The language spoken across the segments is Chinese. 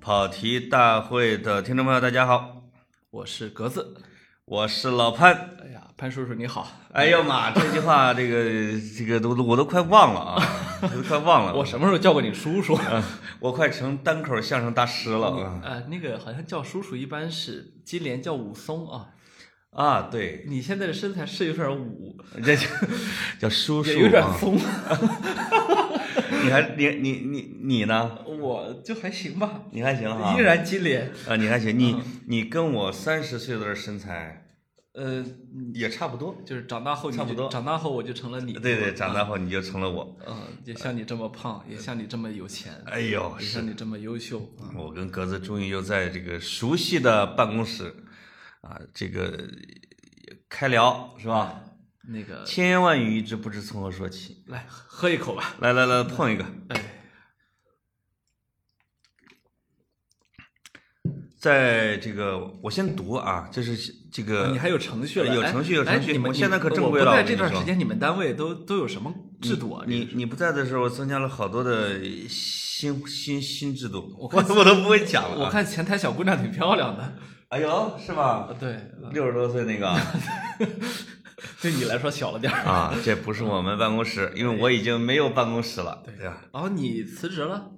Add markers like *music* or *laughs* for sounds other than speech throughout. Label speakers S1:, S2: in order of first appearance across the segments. S1: 跑题大会的听众朋友，大家好，
S2: 我是格子。
S1: 我是老潘。
S2: 哎呀，潘叔叔你好，
S1: 哎呦妈，这句话，这个 *laughs* 这个都我都快忘了啊，
S2: *laughs*
S1: 我都快忘了，嗯
S2: 我什么时候叫过你叔叔？
S1: 我快成单口相声大师了啊！
S2: 呃，那个好像叫叔叔，一般是金莲叫武松啊。
S1: 啊，对，
S2: 你现在的身材是有点武，
S1: 这就 *laughs* 叫叔叔
S2: 也有点
S1: 啊。
S2: 松，
S1: 你还你你你你呢？
S2: 我就还行吧，
S1: 你还行啊？
S2: 依然嗯金莲。
S1: 啊，你还行，你你跟我三十岁的身材
S2: 呃，
S1: 也差不多。
S2: 就是长大后你
S1: 差不多
S2: 就长大后我就啊成了你。
S1: 对对，长大后你就成了我。
S2: 嗯、也像你这么胖，也像你这么有钱，
S1: 哎呦，
S2: 也
S1: 是
S2: 像你这么优秀。
S1: 啊我跟格子终于又在这个熟悉的办公室啊，这个开聊是吧？
S2: 那个，
S1: 千言万语一直不知从何说起。
S2: 来喝一口吧。
S1: 来来来，碰一个，
S2: 哎，
S1: 在这个我先读啊，这是这个
S2: 你还有程序了？
S1: 呃有
S2: 哎
S1: 程序有
S2: 哎
S1: 程序
S2: 你
S1: 我
S2: 们
S1: 现在可正
S2: 我
S1: 规
S2: 不
S1: 了我
S2: 在
S1: 跟
S2: 这
S1: 你
S2: 段
S1: 说
S2: 时间你们单位都都有什么制度啊？这
S1: 你你不在的时候增加了好多的新新新制度，我
S2: 我看
S1: 我都不会讲了。啊
S2: 我看前台小姑娘挺漂
S1: *laughs*
S2: 亮的，
S1: 哎呦，是
S2: 啊
S1: 吧？
S2: 对，
S1: 六十多岁那个
S2: *laughs* 对你来说小了点儿。
S1: 啊，这不是我们办公室，因为我已经没有办公室了，对吧？
S2: 然后你辞职了，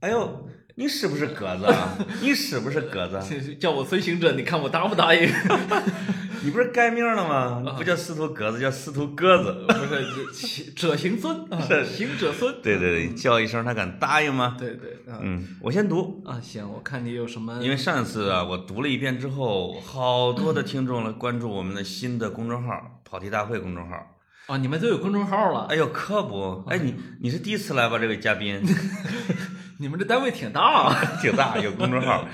S1: 哎呦，你是不是格子啊？你是不是格子啊？
S2: 叫我孙行者，你看我答不答应？ *laughs*
S1: 你不是改名了吗？你不叫司徒格子，叫司徒鸽子。
S2: 不是，其者行孙，啊
S1: 是
S2: 行者孙。
S1: 对对对，你叫一声他敢答应吗？
S2: 对对，啊
S1: 嗯，我先读，
S2: 啊，行，我看你有什么
S1: 因为上次啊，我读了一遍之后，好多的听众来关注我们的新的公众号“跑题大会”公众号。
S2: 啊，你们都有公众号了，
S1: 哎呦，科普！哎，你你是第一次来吧，这位嘉宾，
S2: 你们这单位挺大啊。
S1: *laughs* 挺大，有公众号，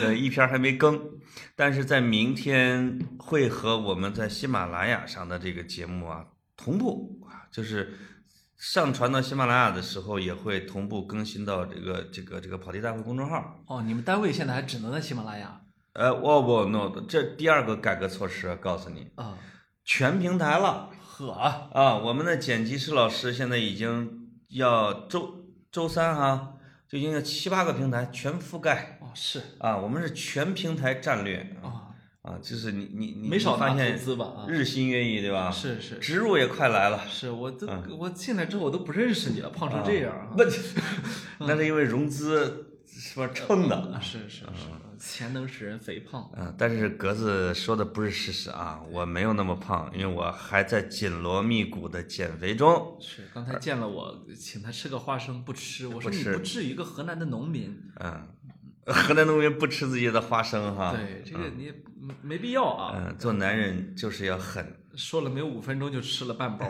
S1: 这一篇还没更，但是在明天会和我们在喜马拉雅上的这个节目啊同步啊，就是上传到喜马拉雅的时候也会同步更新到这个这个这个跑题大会公众号。
S2: 哦，你们单位现在还只能在喜马拉雅
S1: 呃，我不 no，这第二个改革措施，告诉你，
S2: 啊？
S1: 全平台了。
S2: 呵啊，
S1: 啊，我们的剪辑师老师现在已经要周周三哈、就已经有七八个平台全覆盖
S2: 哦是
S1: 啊，我们是全平台战略
S2: 啊，
S1: 啊，就是你你你
S2: 没少
S1: 你
S2: 拿
S1: 发
S2: 投
S1: 现
S2: 资吧？
S1: 日新月异，对
S2: 啊，
S1: 吧？
S2: 是是
S1: 植入也快来了，
S2: 是，我都我进来之后我都不认识你了，胖成这样
S1: 嗯
S2: 啊。
S1: 那
S2: *laughs* 嗯
S1: 那是因为融资是吧撑的
S2: 啊，是是是，
S1: 嗯
S2: 钱能使人肥胖。
S1: 啊，但是格子说的不是事实啊，我没有那么胖，因为我还在紧锣密鼓的减肥中。
S2: 是，刚才见了我，请他吃个花生，不吃。我
S1: 不
S2: 说你
S1: 吃
S2: 不至于一个河南的农民，
S1: 嗯，河南农民不吃自己的花生哈。
S2: 对这个你也没必要啊。
S1: 啊嗯，做男人就是要狠。
S2: 说了没有五分钟就吃了
S1: *laughs*
S2: 半包，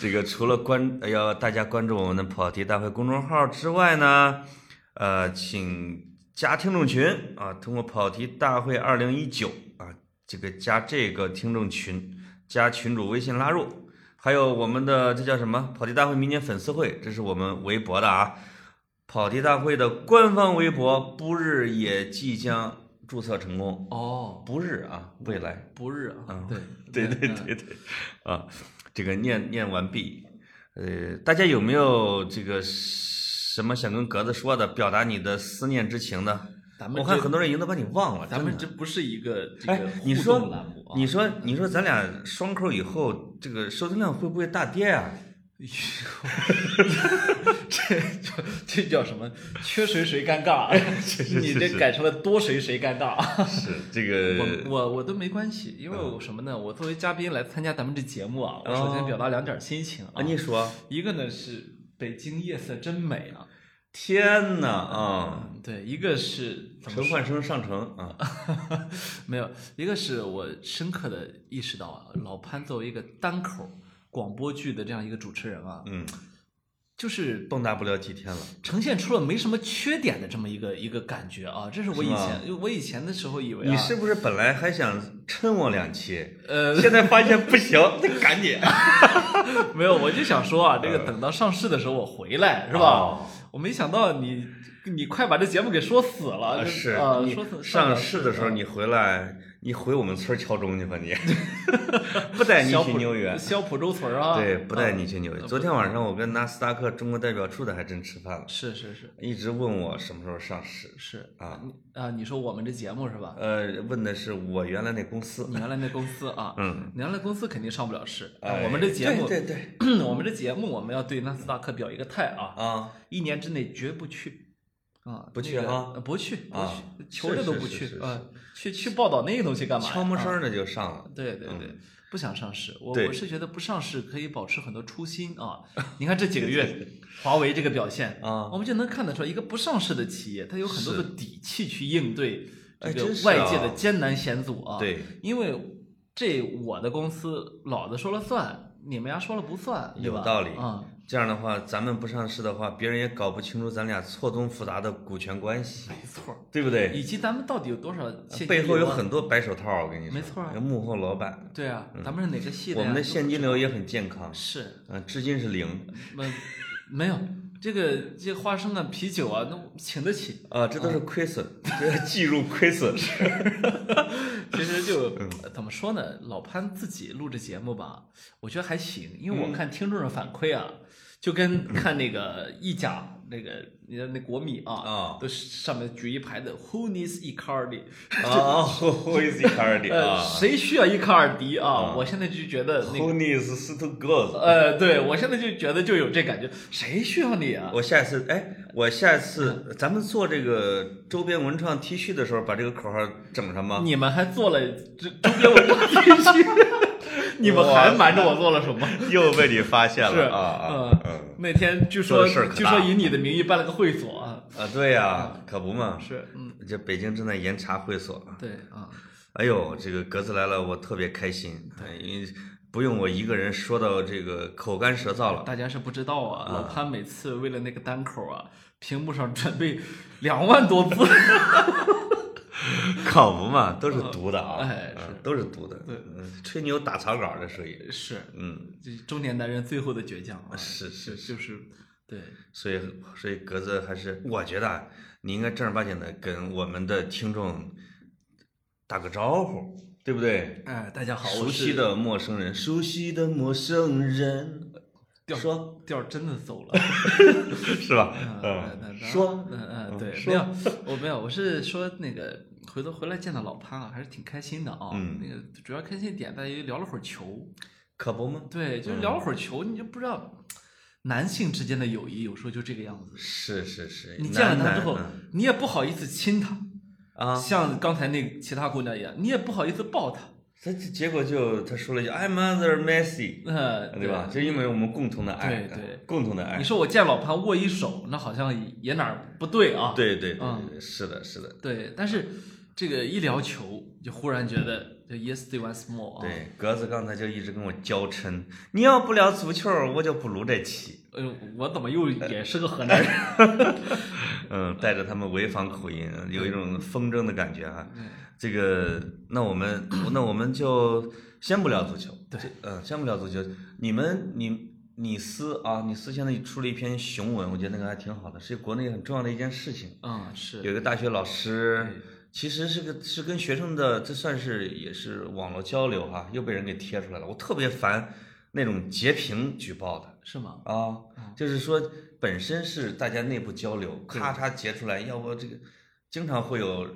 S1: 这个除了关呃要大家关注我们的跑题大会公众号之外呢，呃，请加听众群啊，通过跑题大会二零一九啊，这个加这个听众群，加群主微信拉入，还有我们的这叫什么跑题大会民间粉丝会，这是我们微博的啊，跑题大会的官方微博不日也即将注册成功，
S2: 哦，
S1: 不日啊，未来。
S2: 不日
S1: 嗯
S2: 啊，对
S1: 对对对对，啊，这个念念完毕。呃，大家有没有这个什么想跟格子说的，表达你的思念之情呢？
S2: 咱们
S1: 我看
S2: 这
S1: 很多人已经都把你忘了，
S2: 咱们
S1: 真的
S2: 这不是一个这
S1: 哎
S2: 个
S1: 你
S2: 互
S1: 说
S2: 动栏目啊，
S1: 你说你说咱俩双扣以后，这个收听量会不会大跌
S2: *laughs*
S1: 啊？
S2: 这叫这叫什么？缺谁谁尴尬，
S1: *laughs* 是
S2: *laughs* 你
S1: 是
S2: 这
S1: 是
S2: 改成了多谁谁尴尬。
S1: 是这
S2: 我
S1: 个，
S2: 我我都没关系，因为
S1: 嗯
S2: 我什么呢？我作为嘉宾来参加咱们这节目啊，我首先表达两点心情啊
S1: 哦啊，，你说，
S2: 一个呢是北京夜色真美啊，嗯
S1: 天哪啊！
S2: 对，一个是怎么
S1: 陈焕生上城啊，
S2: *laughs* 没有，一个是我深刻的意识到啊，老潘作为一个单口广播剧的这样一个主持人啊，
S1: 嗯，
S2: 就是
S1: 蹦跶不了几天了。
S2: 呈现出了没什么缺点的这么一个一个感觉啊，这是我以
S1: 是吗
S2: 前，因为我以前的时候以为、啊、
S1: 你是不是本来还想抻我两
S2: *laughs*
S1: 期，
S2: 呃
S1: 现在发现不行，得赶紧。
S2: 没有，我就想说啊，这个等到上市的时候我回来是吧
S1: 嗯哦？
S2: 我没想到你你快把这节目给说死了，
S1: 啊，
S2: 就是啊，
S1: 你
S2: 说死
S1: 上市的时候你回来，你回我们村儿敲钟去吧
S2: *laughs*
S1: 你，不带你
S2: 小
S1: 去
S2: 浦
S1: 纽约。
S2: 小浦洲村儿啊，
S1: 对，不带你
S2: 啊
S1: 去纽约。昨天晚上我跟纳斯达克中国代表处的还真吃饭了，
S2: 是是是
S1: 一直问我什么时候上市。
S2: 是
S1: 啊
S2: 你啊，你说我们这节目是吧？
S1: 呃，问的是我原来那公司
S2: 你。原来那公司啊，
S1: 嗯，
S2: 你原来公司肯定上不了市。啊
S1: 哎
S2: 我们这节目，
S1: 对对对
S2: *clears throat* 我们这节目我们要对纳斯达克表一个态啊，
S1: 啊，
S2: 一年之内绝不去。啊，
S1: 不去
S2: 那个
S1: 哈
S2: 呃不去，不
S1: 啊
S2: 去，求着都不
S1: 是是
S2: 去
S1: 是
S2: 啊！去去报道那个东西干嘛呀？
S1: 悄没声
S2: 啊
S1: 儿的就上了。
S2: 对对对，不想上市，我
S1: 嗯对
S2: 我是觉得不上市可以保持很多初心
S1: *laughs*
S2: 啊。你看这几个月华为这个表现
S1: 啊
S2: 我们就能看得出来，一个不上市的企业，它有很多的底气去应对这
S1: 哎
S2: 个
S1: 真是啊
S2: 外界的艰难险阻啊。，
S1: 对，
S2: 因为这我的公司老子说了算，你们家说了不算，对
S1: 有
S2: 吧
S1: 道理
S2: 啊。
S1: 这样的话，咱们不上市的话，别人也搞不清楚咱俩错综复杂的股权关系，
S2: 没错儿，
S1: 对不对？
S2: 以及咱们到底有多少现金
S1: 背后
S2: 流
S1: 有
S2: 啊
S1: 很多白手套，我跟你说，
S2: 没错啊
S1: 有幕后老板。
S2: 对啊，咱们是哪个系的
S1: 我
S2: 呀？
S1: 们的
S2: 都
S1: 现
S2: 不
S1: 金
S2: 知道
S1: 流也很健
S2: *laughs*
S1: 康，
S2: 是
S1: 嗯，至今是零
S2: 没呃没有这个这花生啊、啤酒啊，那请得起。
S1: 啊，这
S2: 嗯
S1: 都是亏损，这计入亏
S2: *laughs*
S1: 损。
S2: 其实就
S1: 嗯
S2: 怎么说呢，老潘自己录这节目吧，我觉得还行，因
S1: 嗯
S2: 为我看听众的反馈啊，就跟看那个意甲那个你的那国米啊，
S1: 啊
S2: 都是上面举一排的 Who needs Icardi？
S1: 啊，Who is Icardi
S2: 呃，
S1: 啊
S2: 谁需要伊卡尔迪啊？我现在就觉得那个。
S1: ？Who needs s t u g o s
S2: 呃，对我现在就觉得就有这感觉，谁需要你啊？
S1: 我下次哎，我下
S2: 嗯
S1: 次咱们做这个周边文创 T 恤的时候，把这个口号整上吗？
S2: 你们还做了周周边文章 T 恤， *laughs* 你们还瞒着我做了什么？
S1: 又被你发现
S2: 是
S1: 了啊啊！嗯
S2: 嗯，那天据
S1: 做
S2: 说
S1: 的事儿可
S2: 据
S1: 大
S2: 说以你的名义办了个会所啊，
S1: 啊，对呀、可不嘛。
S2: 是，嗯，
S1: 这北京正在严查会所。
S2: 对啊，
S1: 哎呦，这个格子来了，我特别开心，哎因为不用我一个人说到这个口干舌燥 *laughs* 了。
S2: 大家是不知道啊，老潘每次为了那个单口啊，屏幕上准备两万多字，
S1: 可不嘛，都是读的啊，
S2: 哎
S1: 嗯都是读的，嗯吹牛打草稿的属于，
S2: 是，
S1: 嗯，
S2: 这中年男人最后的倔强啊，
S1: 哎是
S2: 是就是，对，
S1: 所以所以格子还是，我觉得啊你应该正儿八经的跟我们的听众打个招呼，对不对？
S2: 哎，大家好，
S1: 熟
S2: 我
S1: 悉
S2: 是
S1: 的陌生人，熟悉的陌生人，说
S2: 调儿真的走了。
S1: 是吧？
S2: 嗯，那
S1: 嗯，
S2: 那
S1: 说
S2: 嗯嗯，
S1: 嗯
S2: 对，
S1: 说
S2: 没有，我没有，我是说那个回头回来见到老潘啊，还是挺开心的啊。
S1: 嗯
S2: 那个主要开心点在于聊了会儿球，
S1: 可不吗？
S2: 对，就是聊了会儿球，你就不知道男性之间的友谊有时候就这个样子。
S1: 是是是，
S2: 你见了
S1: 男
S2: 他之
S1: 男
S2: 后
S1: 嗯，
S2: 你也不好意思亲他，
S1: 啊，
S2: 像刚才那其他姑娘一样，你也不好意思抱他，
S1: 他这结果就他说了一句 “I mother Messi”，
S2: 嗯，
S1: 啊对吧？？哎就因为我们共同的爱，
S2: 对对
S1: 共同的
S2: 你
S1: 爱，
S2: 说我见老潘握一手，那好像也哪儿不对啊？
S1: 对对对
S2: 嗯
S1: 对，对是的，是的，
S2: 对，但是这个一聊球，就忽然觉得这 yesterday once more 啊，
S1: 对。格子刚才就一直跟我娇嗔，你要不聊足球，我就不录这期。
S2: 呃，我怎么又也是个河南人？ *laughs*
S1: 嗯，带着他们潍坊口音，有一种风筝的感觉啊。这个，那我们那我们就先不聊足球，对，嗯，先不聊足球。你们，你你司啊，你司现在出了一篇雄文，我觉得那个还挺好的，是国内很重要的一件事情。
S2: 嗯，是
S1: 有一个大学老师，其实是个是跟学生的，这算是也是网络交流哈、又被人给贴出来了。我特别烦那种截屏举报的
S2: 是吗？
S1: 啊，就是说本身是大家内部交流，咔嚓截出来，要不这个经常会有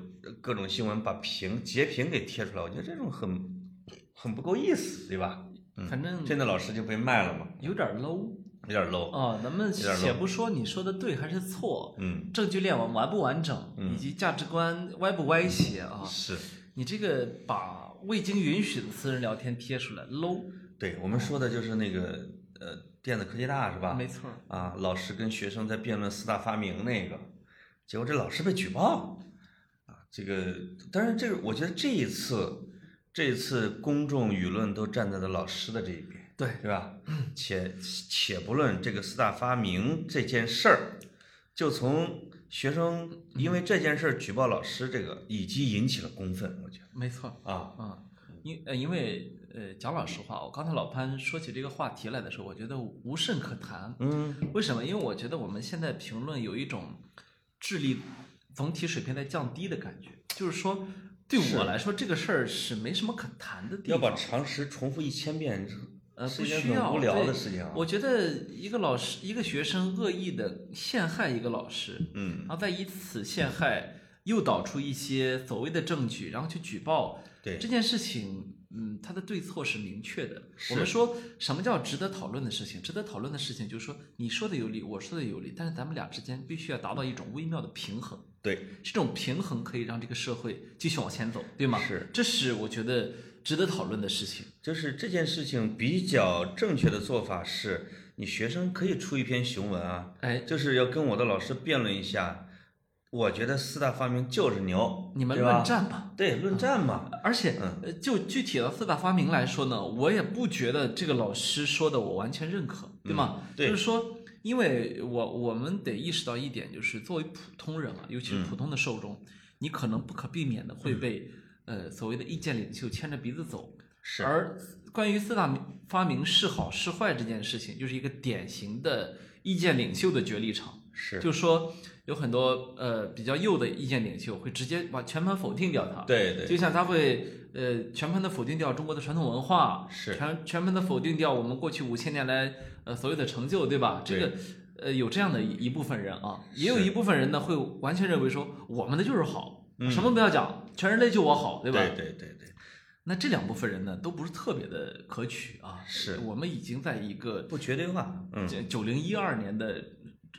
S1: 各种新闻把屏截屏给贴出来，我觉得这种很很不够意思，对吧？嗯，
S2: 反正
S1: 现在老师就被卖了嘛，
S2: 有点 low
S1: 有点 low。
S2: 啊。咱们
S1: 有点 low
S2: 且不说你说的对还是错，
S1: 嗯，
S2: 证据链网完不完整，以及价值观歪不歪斜
S1: 嗯
S2: 啊，
S1: 是。
S2: 你这个把未经允许的私人聊天贴出来 low，
S1: 对我们说的就是那个呃电子科技大是吧？
S2: 没错儿。
S1: 啊，老师跟学生在辩论四大发明那个，结果这老师被举报啊。这个，当然这个，我觉得这一次，这一次公众舆论都站在了老师的这一边，
S2: 对，
S1: 对吧？且且不论这个四大发明这件事儿，就从学生因为这件事儿举报老师这个，已经引起了公愤，我觉
S2: 没错儿。
S1: 得啊，
S2: 啊，因呃因为呃讲老实话，我刚才老潘说起这个话题来的时候，我觉得无甚可谈。
S1: 嗯，
S2: 为什么？因为我觉得我们现在评论有一种智力总体水平在降低的感觉，就是说对我来说这个事儿是没什么可谈的地
S1: 要
S2: 方。
S1: 把常识重复一千遍，
S2: 呃，
S1: 是
S2: 不
S1: 一件
S2: 需
S1: 很
S2: 要
S1: 无聊的
S2: 对
S1: 事情啊。
S2: 我觉得一个老师，一个学生恶意的陷害一个老师，
S1: 嗯，
S2: 然后再以此陷害，诱导出一些所谓的证据，然后去举报。
S1: 对
S2: 这件事情，嗯，它的对错是明确的。
S1: 是
S2: 我们说什么叫值得讨论的事情？值得讨论的事情就是说，你说的有理，我说的有理，但是咱们俩之间必须要达到一种微妙的平衡。
S1: 对，
S2: 这种平衡可以让这个社会继续往前走，对吗？
S1: 是，
S2: 这是我觉得值得讨论的事情。
S1: 就是这件事情比较正确的做法是，你学生可以出一篇雄文啊，
S2: 哎，
S1: 就是要跟我的老师辩论一下。我觉得四大发明就是牛，
S2: 你们
S1: 对吧
S2: 论战吧。
S1: 对论战嘛，
S2: 而且
S1: 嗯，
S2: 呃就具体的四大发明来说呢，我也不觉得这个老师说的我完全认可，对吗？
S1: 嗯对
S2: 就是说，因为我我们得意识到一点，就是作为普通人啊，尤其
S1: 嗯
S2: 是普通的受众，你可能不可避免的会被、呃所谓的意见领袖牵着鼻子走。
S1: 是
S2: 而关于四大明发明是好是坏这件事情，就是一个典型的意见领袖的角力场。
S1: 是，
S2: 就是说，有很多呃比较右的意见领袖会直接把全盘否定掉它。
S1: 对对
S2: 就像他会呃全盘的否定掉中国的传统文化，
S1: 是
S2: 全全盘的否定掉我们过去五千年来呃所有的成就，对吧？这个呃有这样的一一部分人啊，也有
S1: 是
S2: 一部分人呢会完全认为说我们的就是好，
S1: 嗯
S2: 什么不要讲，全人类就我好，对吧？
S1: 对对对对，
S2: 那这两部分人呢都不是特别的可取啊，
S1: 是
S2: 我们已经在一个
S1: 不绝对化，嗯，
S2: 这九零一二年的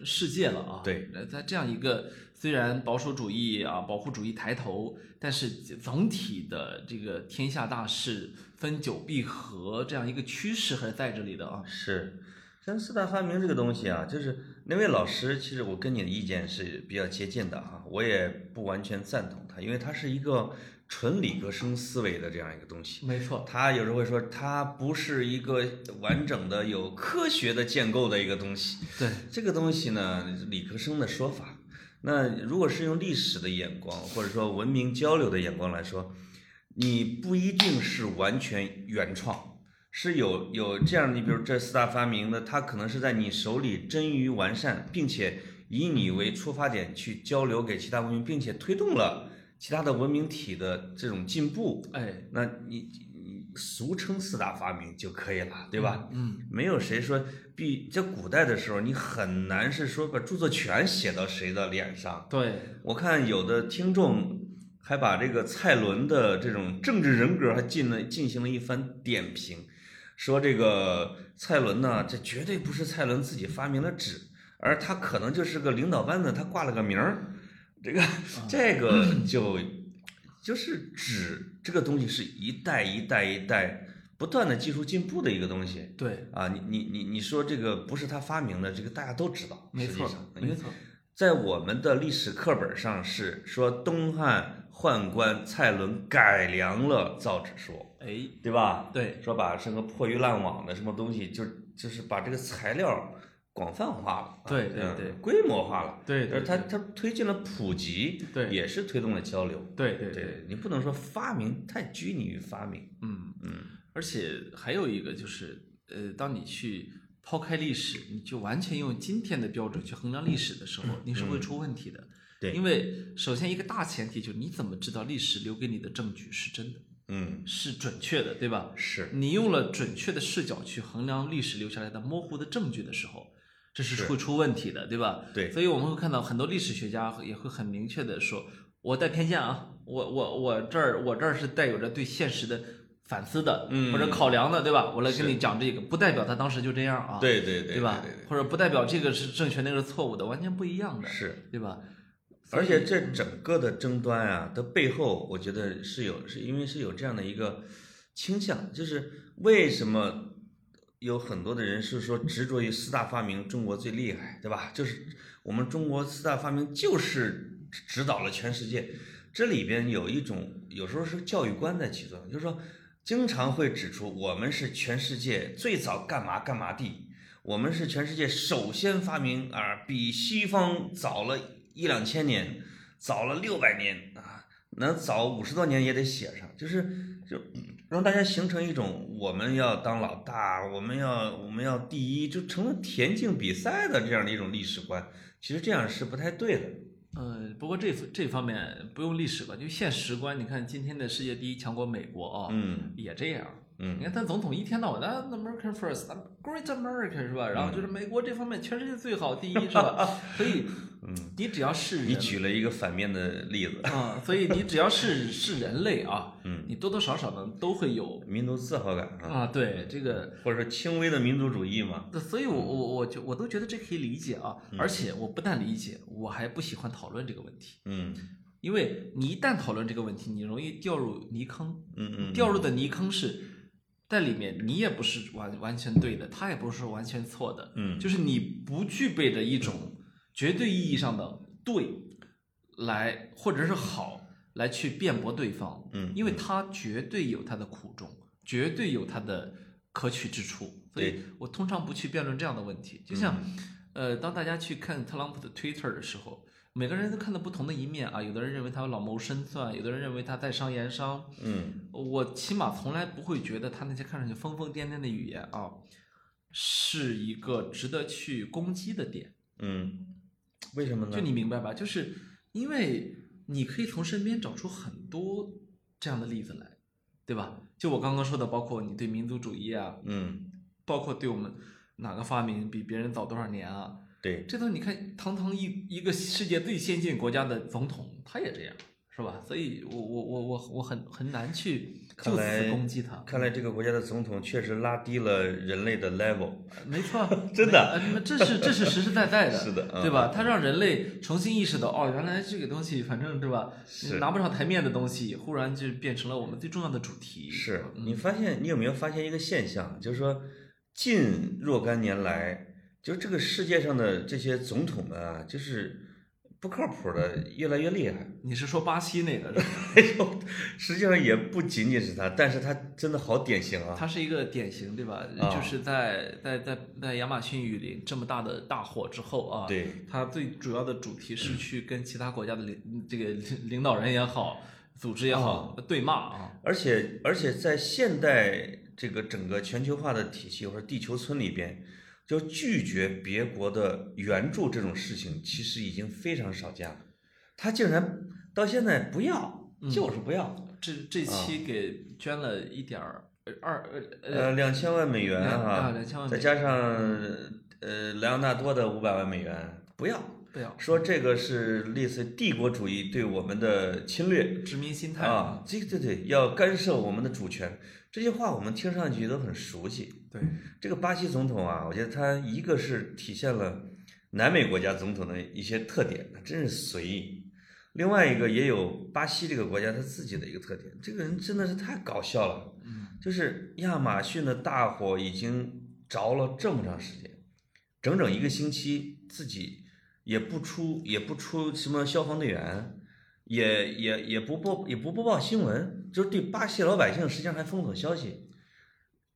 S2: 世界了啊。
S1: 对
S2: 呃，在这样一个虽然保守主义啊、保护主义抬头，但是总体的这个天下大势分久必合这样一个趋势还是在这里的啊。
S1: 是，像四大发明这个东西啊，就是那位老师，其实我跟你的意见是比较接近的啊，我也不完全赞同他，因为他是一个纯理科生思维的这样一个东西。
S2: 没错，
S1: 他有时候会说，它不是一个完整的、有科学的建构的一个东西。
S2: 对，
S1: 这个东西呢，理科生的说法。那如果是用历史的眼光，或者说文明交流的眼光来说，你不一定是完全原创，是有有这样的，你比如这四大发明的，它可能是在你手里臻于完善，并且以你为出发点去交流给其他文明，并且推动了其他的文明体的这种进步。
S2: 哎，
S1: 那你你俗称四大发明就可以了，对吧？
S2: 嗯，
S1: 没有谁说必在古代的时候，你很难是说把著作权写到谁的脸上。
S2: 对，
S1: 我看有的听众还把这个蔡伦的这种政治人格还进了进行了一番点评，说这个蔡伦呢，这绝对不是蔡伦自己发明的纸，而他可能就是个领导班子，他挂了个名儿。这个
S2: 啊
S1: 这
S2: *laughs*
S1: 个就就是纸这个东西是一代一代一代不断的技术进步的一个东西。
S2: 对，
S1: 啊，你你你你说这个不是他发明的，这个大家都知道。
S2: 没
S1: 实际
S2: 错
S1: 上，
S2: 没错，
S1: 在我们的历史课本上是说东汉宦官蔡伦改良了造纸术，
S2: 哎，
S1: 对吧？
S2: 对，
S1: 说把什么破鱼烂网的什么东西，就就是把这个材料广泛化了，
S2: 对对
S1: 嗯
S2: 对
S1: 规模化了。
S2: 对
S1: 就是
S2: 对
S1: 它它推进了普及，
S2: 对
S1: 也是推动了交流。
S2: 对对对，
S1: 对你不能说发明太拘泥于发明，
S2: 嗯。
S1: 嗯，
S2: 而且还有一个就是，呃，当你去抛开历史，你就完全用今天的标准去衡量历史的时候，你是会出问题的。
S1: 嗯对
S2: 因为首先一个大前提就是你怎么知道历史留给你的证据是真的，
S1: 嗯，
S2: 是准确的，对吧？
S1: 是
S2: 你用了准确的视角去衡量历史留下来的模糊的证据的时候，这是
S1: 是
S2: 会出问题的，对吧？
S1: 对
S2: 所以我们会看到很多历史学家也会很明确的说，我带偏见啊，我我我这儿我这儿是带有着对现实的反思的，
S1: 嗯
S2: 或者考量的，对吧？我来
S1: 是
S2: 跟你讲这个，不代表他当时就这样啊，
S1: 对对
S2: 对
S1: 对
S2: 吧
S1: 对对
S2: 或者不代表这个是正确，那个是错误的，完全不一样的，
S1: 是。
S2: 对吧？
S1: 而且这整个的争端啊的背后，我觉得是有，是因为是有这样的一个倾向，就是为什么有很多的人是说执着于四大发明中国最厉害，对吧？就是我们中国四大发明就是指导了全世界，这里边有一种有时候是教育观在起作用，就是说经常会指出我们是全世界最早干嘛干嘛地，我们是全世界首先发明啊，比西方早了一两千年，早了六百年啊，能早五十多年也得写上，就是就让大家形成一种我们要当老大，我们要我们要第一，就成了田径比赛的这样的一种历史观。其实这样是不太对的。
S2: 呃，不过这这方面不用历史吧，就现实观，你看今天的世界第一强国美国啊、
S1: 嗯
S2: 也这样。你
S1: 嗯
S2: 看，咱总统一天到晚咱 American first，咱 Great America 是吧？然后就是
S1: 嗯
S2: 美国这方面全世界最好
S1: *laughs*
S2: 第一是吧？所以，你只要是
S1: 嗯你
S2: 人
S1: 举了一个反面的例子，
S2: 啊、所以你只要是是人类啊，
S1: 嗯，
S2: 你多多少少呢都会有
S1: 民族自豪感啊，
S2: 啊，对这个，
S1: 或者说轻微的民族主义嘛，
S2: 所以我我我就我都觉得这可以理解啊，
S1: 嗯
S2: 而且我不但理解，我还不喜欢讨论这个问题，
S1: 嗯
S2: 因为你一旦讨论这个问题，你容易掉入泥坑，
S1: 嗯嗯，
S2: 掉入的泥坑是在里面，你也不是完完全对的，他也不是完全错的，
S1: 嗯
S2: 就是你不具备的一种绝对意义上的对来或者是好来去辩驳对方，
S1: 嗯
S2: 因为他绝对有他的苦衷，绝对有他的可取之处，所以
S1: 对嗯
S2: 我通常不去辩论这样的问题。就像，呃，当大家去看特朗普的 Twitter 的时候。每个人都看到不同的一面啊，有的人认为他老谋深算，有的人认为他在商言商，
S1: 嗯
S2: 我起码从来不会觉得他那些看上去疯疯癫癫的语言啊，是一个值得去攻击的点。
S1: 嗯，为什么呢？
S2: 就你明白吧？就是因为你可以从身边找出很多这样的例子来，对吧？就我刚刚说的，包括你对民族主义啊，
S1: 嗯，
S2: 包括对我们哪个发明比别人早多少年啊，
S1: 对，
S2: 这都你看，堂堂一一个世界最先进国家的总统，他也这样，是吧？所以我我我我我很很难去
S1: 看
S2: 就
S1: 来
S2: 此攻击他。
S1: 看来这个国家的总统确实拉低了人类的 level，，
S2: 没错
S1: *laughs* 真的
S2: 没呃那么这是这是实实在在的，
S1: 是的嗯
S2: 对吧？它让人类重新意识到，哦，原来这个东西，反正对吧
S1: 是，
S2: 拿不上台面的东西，忽然就变成了我们最重要的主题。
S1: 是
S2: 嗯
S1: 你发现你有没有发现一个现象，就是说近若干年来，就这个世界上的这些总统们啊，就是不靠谱的越来越厉害。
S2: 你是说巴西那个是
S1: *laughs*
S2: 吧？
S1: 实际上也不仅仅是他，但是他真的好典型啊。
S2: 它是一个典型，对吧？
S1: 啊
S2: 就是在在在在亚马逊雨林这么大的大火之后啊，
S1: 对，嗯
S2: 它最主要的主题是去跟其他国家的领这个领领导人也好，组织也好
S1: 嗯
S2: 对骂啊。
S1: 而且而且在现代这个整个全球化的体系或者地球村里边，就拒绝别国的援助这种事情，其实已经非常少见了。他竟然到现在不要，
S2: 嗯
S1: 就是不要，
S2: 这
S1: 嗯
S2: 这期给捐了一点儿呃二呃
S1: 呃，两千万美元
S2: 两
S1: 啊，
S2: 啊2000万
S1: 再
S2: 美
S1: 加上呃莱昂纳多的五百万美元，不要。
S2: 不要
S1: 说这个是类似帝国主义对我们的侵略，
S2: 殖民心态，
S1: 啊，这个对对，要干涉我们的主权，这些话我们听上去都很熟悉。
S2: 对，
S1: 这个巴西总统啊，我觉得他一个是体现了南美国家总统的一些特点，他真是随意；另外一个也有巴西这个国家他自己的一个特点，这个人真的是太搞笑了。
S2: 嗯，
S1: 就是亚马逊的大火已经着了这么长时间，整整一个星期，自己也不出也不出什么消防队员，也也也不播也不播报新闻，就是对巴西老百姓实际上还封锁消息，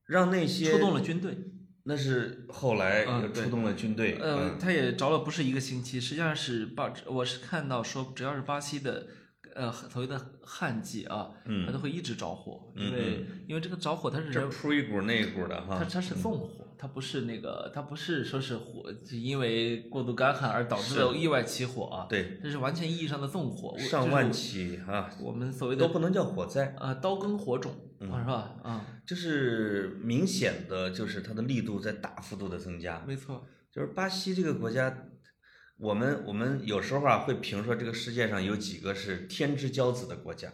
S1: 让那些
S2: 出动了军队，
S1: 那是后来
S2: 嗯
S1: 又
S2: 对
S1: 出动了军队，
S2: 呃，
S1: 嗯
S2: 他也着了不是一个星期，实际上是巴，我是看到说，只要是巴西的，呃，所谓的旱季啊，
S1: 嗯
S2: 它都会一直着火，
S1: 嗯
S2: 因为因为这个着火它是
S1: 这啊
S2: 人，
S1: 扑一股那一股的
S2: 它
S1: 哈，
S2: 它是纵火，
S1: 嗯
S2: 它不是那个，它不是说是火，就因为过度干旱而导致的
S1: 是
S2: 意外起火啊，
S1: 对，
S2: 这是完全意义上的纵火，我
S1: 上万，起啊，
S2: 就是我们所谓的
S1: 都不能嗯叫火灾，
S2: 呃刀耕火种，啊是吧？啊，
S1: 就是明显的，就是它的力度在大幅度的增加。
S2: 没错，
S1: 就是巴西这个国家，我们我们有时候啊会评说这个世界上有几个是天之骄子的国家，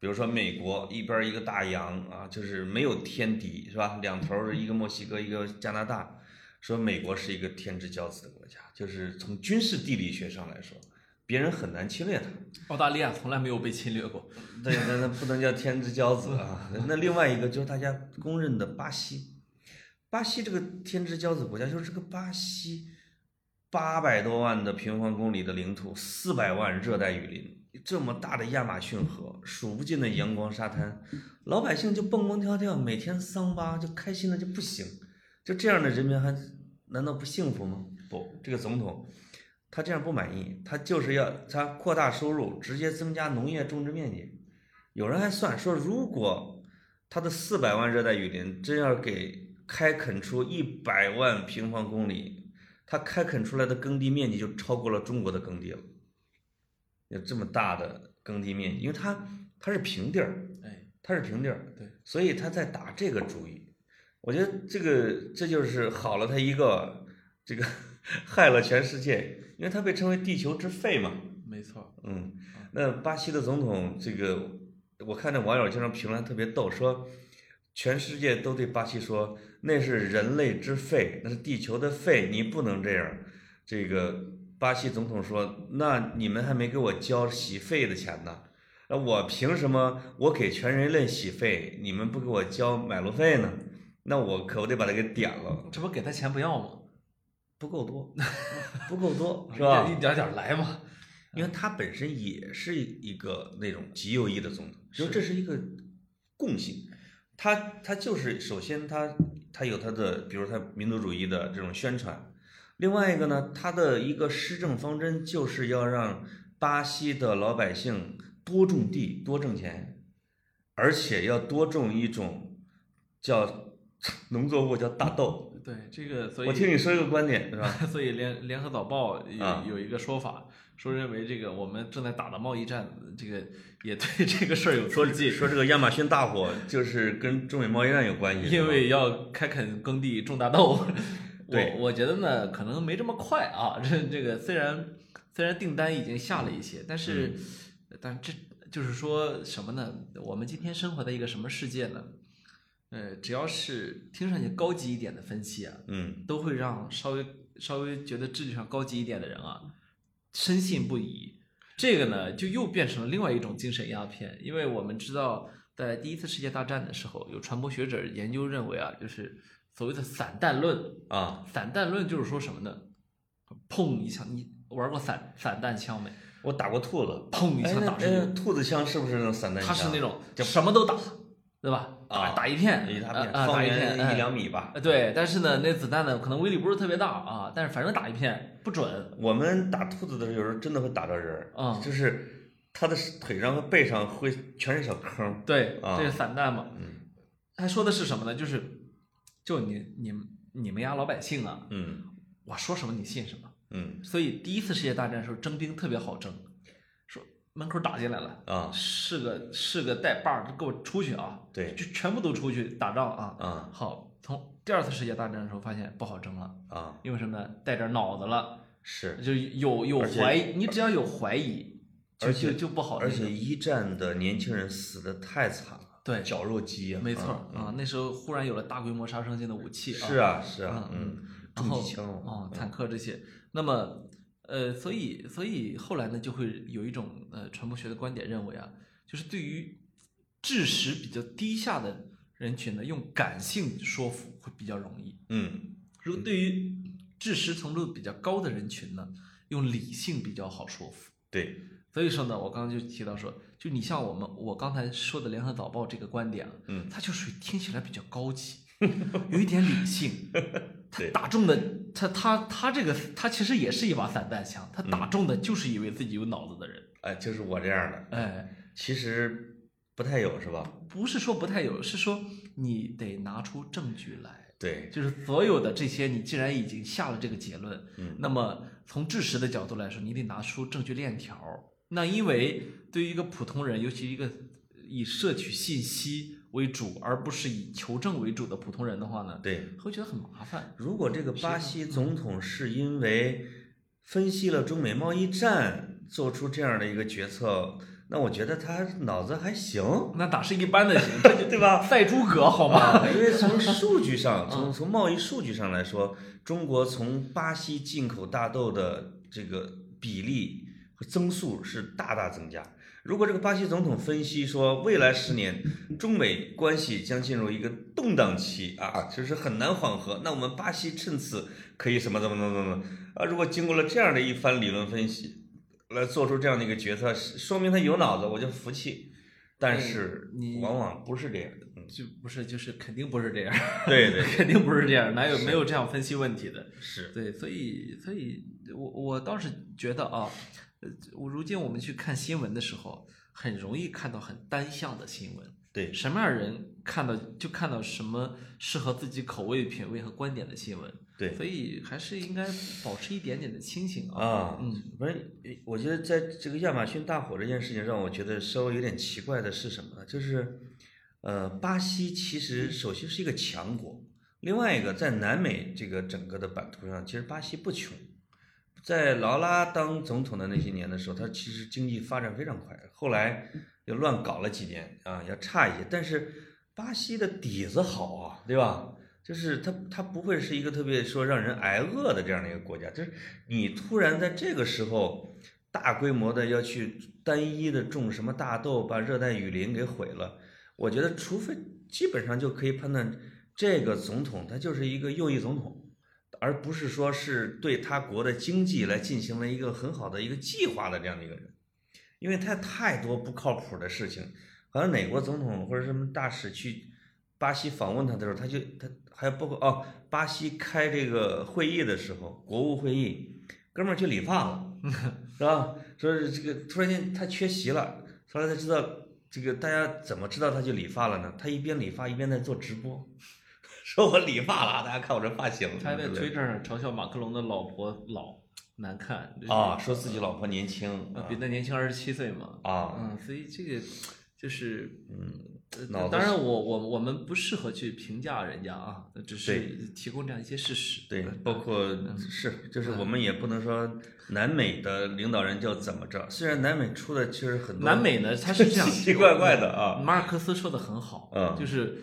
S1: 比如说美国一边儿一个大洋啊，就是没有天敌是吧？两头儿一个墨西哥一个加拿大，说美国是一个天之骄子的国家，就是从军事地理学上来说，别人很难侵略它。
S2: 澳大利亚从来没有被侵略过。
S1: 对，那那不能叫天之骄子啊。那另外一个就是大家公认的巴西，巴西这个天之骄子国家，就是这个巴西八百多万的平方公里的领土，四百万热带雨林，这么大的亚马逊河，数不尽的阳光沙滩，老百姓就蹦蹦跳跳，每天桑巴就开心的就不行。就这样的人民还难道不幸福吗？不，这个总统他这样不满意，他就是要他扩大收入，直接增加农业种植面积。有人还算说，如果他的四百万热带雨林真要给开垦出一百万平方公里，他开垦出来的耕地面积就超过了中国的耕地了。有这么大的耕地面积，因为它它是平地儿，
S2: 哎，
S1: 它是平地儿，
S2: 对，
S1: 所以他在打这个主意。我觉得这个这就是好了他一个，这个 *laughs* 害了全世界，因为他被称为地球之肺嘛。
S2: 没错，
S1: 嗯，那巴西的总统这个，我看这网友经常评论特别逗，说全世界都对巴西说那是人类之肺，那是地球的肺，你不能这样。这个巴西总统说，那你们还没给我交洗肺的钱呢，那我凭什么我给全人类洗肺，你们不给我交买路费呢？那我可我得把它给点了，
S2: 这不给他钱不要吗？
S1: 不够多， *laughs* 不够多， *laughs* 是吧？
S2: 一点点来嘛。
S1: 因为他本身也是一个那种极右翼的总统，
S2: 是
S1: 就这是一个共性。他他就是首先他他有他的，比如他民族主义的这种宣传，另外一个呢，他的一个施政方针就是要让巴西的老百姓多种地、多挣钱，而且要多种一种叫 *laughs* 农作物叫大豆。
S2: 对，这个所以
S1: 我听你说一个观点是吧？
S2: 所以联联合早报有
S1: 啊
S2: 有一个说法，说认为这个我们正在打的贸易战，这个也对这个事儿有
S1: 说
S2: *laughs* 刺激，
S1: 说这个亚马逊大火就是跟中美贸易战有关系，是吧
S2: 因为要开垦耕地种大
S1: *laughs*
S2: 豆。
S1: 对
S2: 我我觉得呢，可能没这么快啊。这这个虽然虽然订单已经下了一些，但是、
S1: 嗯
S2: 但这就是说什么呢？我们今天生活在一个什么世界呢？呃，只要是听上去高级一点的分析啊，
S1: 嗯。
S2: 都会让稍微稍微觉得智力上高级一点的人啊，深信不疑。这个呢，就又变成了另外一种精神鸦片，因为我们知道，在第一次世界大战的时候，有传播学者研究认为啊，就是所谓的散弹论。
S1: 啊，
S2: 散弹论就是说什么呢？砰一枪，你玩过散散弹枪没？
S1: 我打过兔子，
S2: 砰一
S1: 哎
S2: 枪
S1: 那
S2: 打出
S1: 哎
S2: 去，
S1: 兔子枪是不是那种散弹
S2: 它
S1: 枪？
S2: 是那种
S1: 就
S2: 什么都打，对吧？打
S1: 啊
S2: 打一片，
S1: 一大
S2: 呃
S1: 片，
S2: 呃
S1: 方
S2: 打一片
S1: 圆
S2: 哎
S1: 一两米吧。
S2: 呃，对，但是呢，那子弹呢，可能威力不是特别大啊，但是反正打一片不准。
S1: 我们打兔子的时候，有时候真的会打到人儿，
S2: 嗯
S1: 就是他的腿上和背上会全是小坑。
S2: 对，
S1: 啊
S2: 这是散弹嘛。
S1: 嗯
S2: 他说的是什么呢？就是，就你你们你们家老百姓啊，
S1: 嗯
S2: 我说什么你信什么。
S1: 嗯
S2: 所以第一次世界大战的时候，征兵特别好征，说门口打进来了，
S1: 啊
S2: 是个是个带把儿，给我出去啊！
S1: 对
S2: 就全部都出去打仗啊！
S1: 啊
S2: 好，从第二次世界大战的时候发现不好征了，
S1: 啊
S2: 因为什么呢？带点脑子了。
S1: 是，
S2: 就有有
S1: 而且
S2: 怀疑，你只要有怀疑，就
S1: 而且
S2: 就就不好那
S1: 而
S2: 个。
S1: 且一战的年轻人死的太惨了，
S2: 对
S1: 绞肉机啊，
S2: 没错
S1: 啊
S2: 儿啊，那时候忽然有了大规模杀伤性的武器啊，
S1: 是啊是啊，
S2: 嗯
S1: 嗯，
S2: 然
S1: 重
S2: 后
S1: 机枪
S2: 啊
S1: 嘛，嗯
S2: 坦克这些，那么呃，所以所以后来呢，就会有一种呃传播学的观点认为啊，就是对于知识比较低下的人群呢，用感性说服会比较容易；
S1: 嗯
S2: 如果对于知识程度比较高的人群呢，用理性比较好说服。
S1: 对，
S2: 所以说呢，我刚刚就提到说，就你像我们我刚才说的《联合早报》这个观点啊，
S1: 嗯
S2: 它就属于听起来比较
S1: *laughs*
S2: 高级，有一点理性，它
S1: 对
S2: 打中的它它它这个它其实也是一把散弹枪，它打
S1: 嗯
S2: 中的就是一位自己有脑子的人，
S1: 哎，就是我这样的，
S2: 哎，
S1: 其实不太有是吧？
S2: 不是说不太有，是说你得拿出证据来。
S1: 对，
S2: 就是所有的这些，你既然已经下了这个结论，
S1: 嗯
S2: 那么从知识的角度来说，你得拿出证据链条儿。那因为对于一个普通人，尤其一个以摄取信息为主，而不是以求证为主的普通人的话呢，
S1: 对，
S2: 会觉得很麻烦。
S1: 如果这个巴西总统是因为分析了中美贸易战做出这样的一个决策，那我觉得他脑子还行，
S2: 那哪是一般的行，这就
S1: *laughs* 对吧？
S2: 赛诸葛好吗？ *laughs*
S1: 啊，因为从数据上，从从贸易数据上来说，中国从巴西进口大豆的这个比例和增速是大大增加。如果这个巴西总统分析说，未来十年中美关系将进入一个动荡期啊，就是很难缓和，那我们巴西趁此可以什么怎么怎么怎么啊？如果经过了这样的一番理论分析，来做出这样的一个决策，是说明他有脑子，我就服气。但是
S2: 你
S1: 往往不是这样，嗯，
S2: 就不是，就是肯定不是这样，
S1: 对对
S2: 肯定不是这样，哪有没有这样分析问题的？
S1: 是，
S2: 对，所以所以我我倒是觉得啊，呃，我如今我们去看新闻的时候，很容易看到很单向的新闻，
S1: 对，
S2: 什么样的人看到就看到什么适合自己口味、品味和观点的新闻。
S1: 对
S2: 所以还是应该保持一点点的清醒啊。
S1: 啊，
S2: 嗯，
S1: 反正我觉得在这个亚马逊大火这件事情让我觉得稍微有点奇怪的是什么呢？就是，呃，巴西其实首先是一个强国，另外一个在南美这个整个的版图上，其实巴西不穷。在劳拉当总统的那些年的时候，他其实经济发展非常快，后来又乱搞了几年啊，要差一些。但是巴西的底子好啊，对吧？就是它它不会是一个特别说让人挨饿的这样的一个国家，就是你突然在这个时候大规模的要去单一的种什么大豆，把热带雨林给毁了，我觉得除非基本上就可以判断这个总统他就是一个右翼总统。而不是说是对他国的经济来进行了一个很好的一个计划的这样的一个人，因为他太多不靠谱的事情，好像哪国总统或者什么大使去巴西访问他的时候，他就他还包括哦，巴西开这个会议的时候，国务会议，哥们儿去理发
S2: *laughs*
S1: 了，是吧？说是这个突然间他缺席了，后来才知道这个大家怎么知道他去理发了呢？他一边理发一边在做直播， *laughs* 说我理发了啊，大家看我这发型什么之
S2: 他
S1: 类的。
S2: 在推特上嘲笑马克龙的老婆老难看呃
S1: 啊，，说自己老婆年轻
S2: 就是比那年轻二十七岁嘛。
S1: 啊，
S2: 嗯，所以这个就是，嗯
S1: 脑
S2: 呃
S1: 子
S2: 当然
S1: 是
S2: 我我我们不适合去评价人家啊，只是提供这样一些事实。呃
S1: 对，包括
S2: 嗯
S1: 是就是我们也不能说南美的领导人就怎么着，虽然南美出的其实很多
S2: 南美呢，它是
S1: *laughs*
S2: 这样，
S1: 奇奇怪怪的啊，
S2: 马尔克斯说的很好，
S1: 嗯
S2: 就是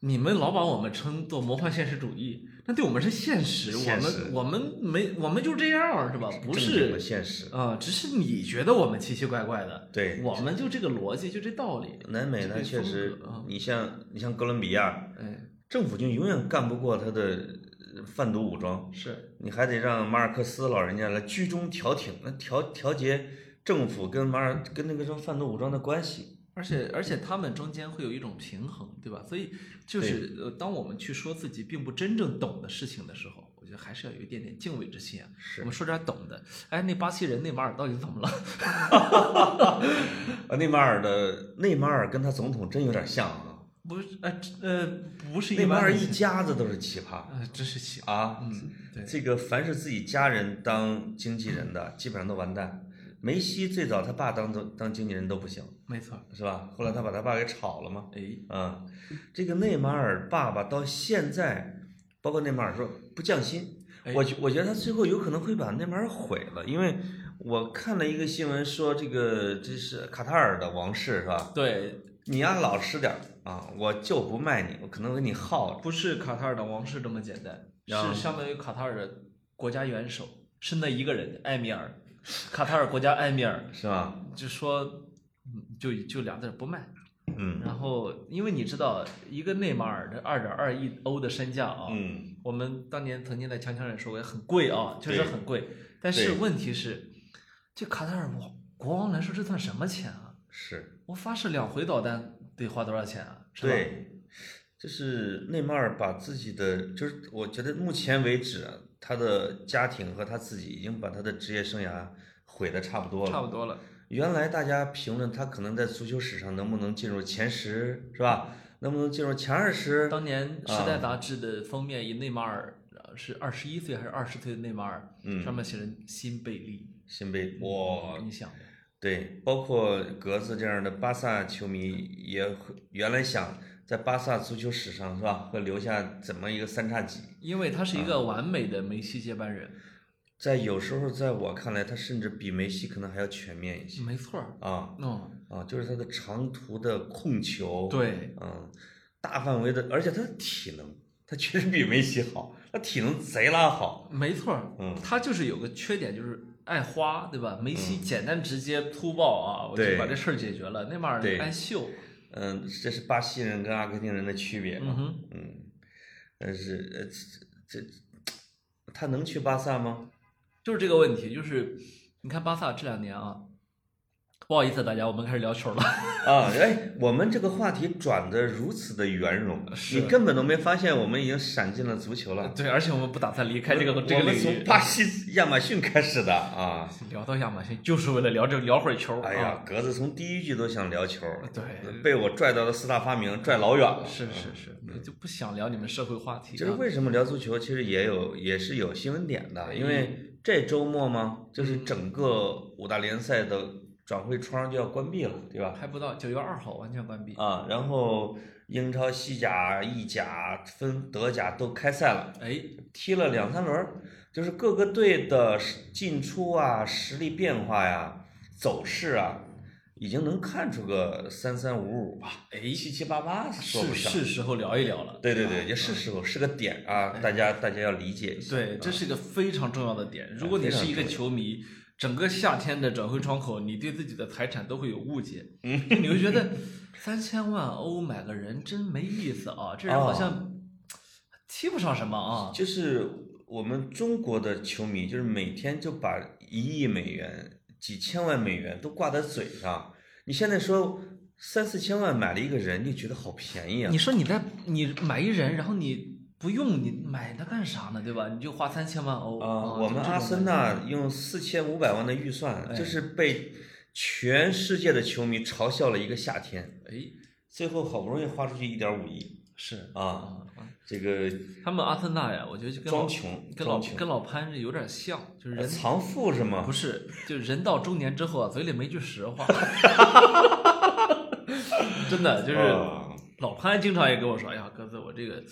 S2: 你们老把我们称作魔幻现实主义，那对我们是现实，
S1: 现实
S2: 我们我们没我们就这样是吧？不
S1: 政治和
S2: 是
S1: 现实，
S2: 啊、只是你觉得我们奇奇怪怪的，
S1: 对
S2: 我们就这个逻辑，就这道理。
S1: 南美呢
S2: 这个
S1: 确实
S2: 风格啊，
S1: 你像你像哥伦比亚，
S2: 哎，
S1: 政府军永远干不过他的呃贩毒武装，
S2: 是
S1: 你还得让马尔克斯老人家来居中调停，那调调节政府跟马尔跟那个什么贩毒武装的关系，
S2: 而且而且他们中间会有一种平衡，对吧？所以就是呃，当我们去说自己并不真正懂的事情的时候，我觉得还是要有一点点敬畏之心啊。
S1: 是
S2: 我们说点懂的，哎，那巴西人内马尔到底怎么了？ *laughs*
S1: 啊，内马尔的内马尔跟他总统真有点像啊。
S2: 不是，呃呃，不是
S1: 内
S2: 一
S1: 马
S2: 般
S1: 尔
S2: 人
S1: 一，家子都是奇葩
S2: 呃，真是奇葩。
S1: 啊！
S2: 嗯，对，
S1: 这个凡是自己家人当经纪人的，基本上都完蛋。梅西最早他爸当总当经纪人都不行，
S2: 没错。
S1: 是吧？后来他把他爸给炒了嘛。
S2: 哎，
S1: 啊，这个内马尔爸爸到现在，包括内马尔说不降薪，
S2: 哎
S1: 我觉我觉得他最后有可能会把内马尔毁了，因为我看了一个新闻说这个这是卡塔尔的王室是吧？
S2: 对，
S1: 你要老实点儿啊，我就不卖你，我可能给你耗着。
S2: 不是卡塔尔的王室这么简单，
S1: 啊
S2: 是相当于卡塔尔的国家元首，是那一个人，埃米尔，卡塔尔国家埃米尔，
S1: 是吧？
S2: 就说，嗯就就俩字儿不卖。
S1: 嗯
S2: 然后，因为你知道，一个内马尔的二点二亿欧的身价啊，
S1: 嗯，
S2: 我们当年曾经在锵锵人说过，很贵啊，确实
S1: 对
S2: 很贵。但是
S1: 对
S2: 问题是，这卡塔尔国国王来说，这算什么钱啊？
S1: 是
S2: 我发射两回导弹得花多少钱啊？是吧？
S1: 对，就是内马尔把自己的，就是我觉得目前为止啊，他的家庭和他自己已经把他的职业生涯毁得差不多了。
S2: 差不多了。
S1: 原来大家评论他可能在足球史上能不能进入前十，是吧？能不能进入前二十？
S2: 当年《
S1: 啊
S2: 时代》杂志的封面以内马尔呃是二十一岁还是二十岁的内马尔，
S1: 嗯
S2: 上面写着辛贝利。
S1: 新被哇，
S2: 你想的，
S1: 对，包括格子这样的巴萨球迷也会原来想在巴萨足球史上是吧，会留下怎么一个三叉戟？
S2: 因为他是
S1: 啊
S2: 一个完美的梅西接班人。
S1: 在有时候，在我看来，他甚至比梅西可能还要全面一些
S2: 没错儿，
S1: 啊
S2: 嗯，
S1: 啊，就是他的长途的控球，，
S2: 对，
S1: 嗯，大范围的，而且他的体能，他确实比梅西好，他体能贼拉好，
S2: 没错儿，
S1: 嗯
S2: 他就是有个缺点，就是爱花，对吧？梅西简单直接粗暴啊，我
S1: 对
S2: 就把这事儿解决了。内马尔
S1: 对
S2: 爱秀，
S1: 嗯，这是巴西人跟阿根廷人的区别
S2: 嗯
S1: 嘛，
S2: 哼，
S1: 嗯，但是呃这这这他能去巴萨吗？
S2: 就是这个问题，就是你看巴萨这两年啊，不好意思，大家，我们开始聊球了。
S1: 啊，哎，我们这个话题转的如此的圆融，
S2: 是呃
S1: 你根本都没发现我们已经闪进了足球了。
S2: *laughs* 对，而且我们不打算离开这个这
S1: 我
S2: 个
S1: 们
S2: 领
S1: 从
S2: 域。
S1: 巴西亚马逊开始的啊。
S2: 聊到亚马逊就是为了聊这聊会儿球。
S1: 哎呀，，格子从第一句都想聊球，
S2: 对，
S1: 被我拽到了四大发明，拽老远了。
S2: 是是是，我就不想聊你们社会话题啊
S1: 就是
S2: 了。
S1: 为什么聊足球，其实也有也是有新闻点
S2: 嗯
S1: 的，因为这周末嘛，就是整个五大联赛的转会窗就要关闭了，对吧？
S2: 还不到九月二号完全关闭。
S1: 啊，然后英超、西甲、意甲、分德甲都开赛了，
S2: 哎，
S1: 踢了两三轮儿，就是各个队的进出啊、实力变化呀、走势啊，已经能看出个三三五五吧，
S2: 哎
S1: 七七八八说
S2: 是
S1: 不上。
S2: 是时候聊一聊了。啊
S1: 对对
S2: 吧
S1: 对，也是时候，是个点啊，大家大家要理解一下。啊
S2: 对，这是一个非常重要的点。如果你
S1: 哎非常
S2: 是一个
S1: 重要
S2: 球迷，整个夏天的转会窗口，你对自己的财产都会有误解，
S1: 嗯
S2: 就你会觉得三千万欧买个人真没意思啊，这人好像踢不上什么啊。
S1: 哦就是我们中国的球迷，就是每天就把一亿美元、几千万美元都挂在嘴上。你现在说三四千万买了一个人，你觉得好便宜啊
S2: 你？说你在你买一人，然后你不用，你买它干啥呢？对吧？你就花三千万欧
S1: 啊、我们阿森，纳用四千五百万的预算，
S2: 哎
S1: 就是被全世界的球迷嘲笑了一个夏天，
S2: 就这种感觉哎，
S1: 最后好不容易花出去一点五亿
S2: 是
S1: 啊，
S2: 啊，
S1: 这个
S2: 他们阿森纳呀，我觉得就跟老
S1: 装穷，
S2: 跟老
S1: 装啊穷，呃
S2: 跟老潘这有点像，就是人
S1: 藏富是吗
S2: 不？是，就人到中年之后啊，嘴里没句实话。真的就是
S1: 啊
S2: 老潘经常也跟我说：“哎呀，哥子，我这个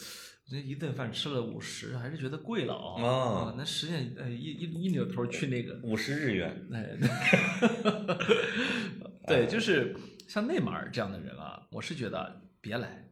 S2: 那一顿饭吃了五十，还是觉得贵了啊、
S1: 哦
S2: 啊，那实践哎一一一扭头去那个，
S1: 五十日元，
S2: 哎，对，就是像内马尔这样的人啊，我是觉得别来，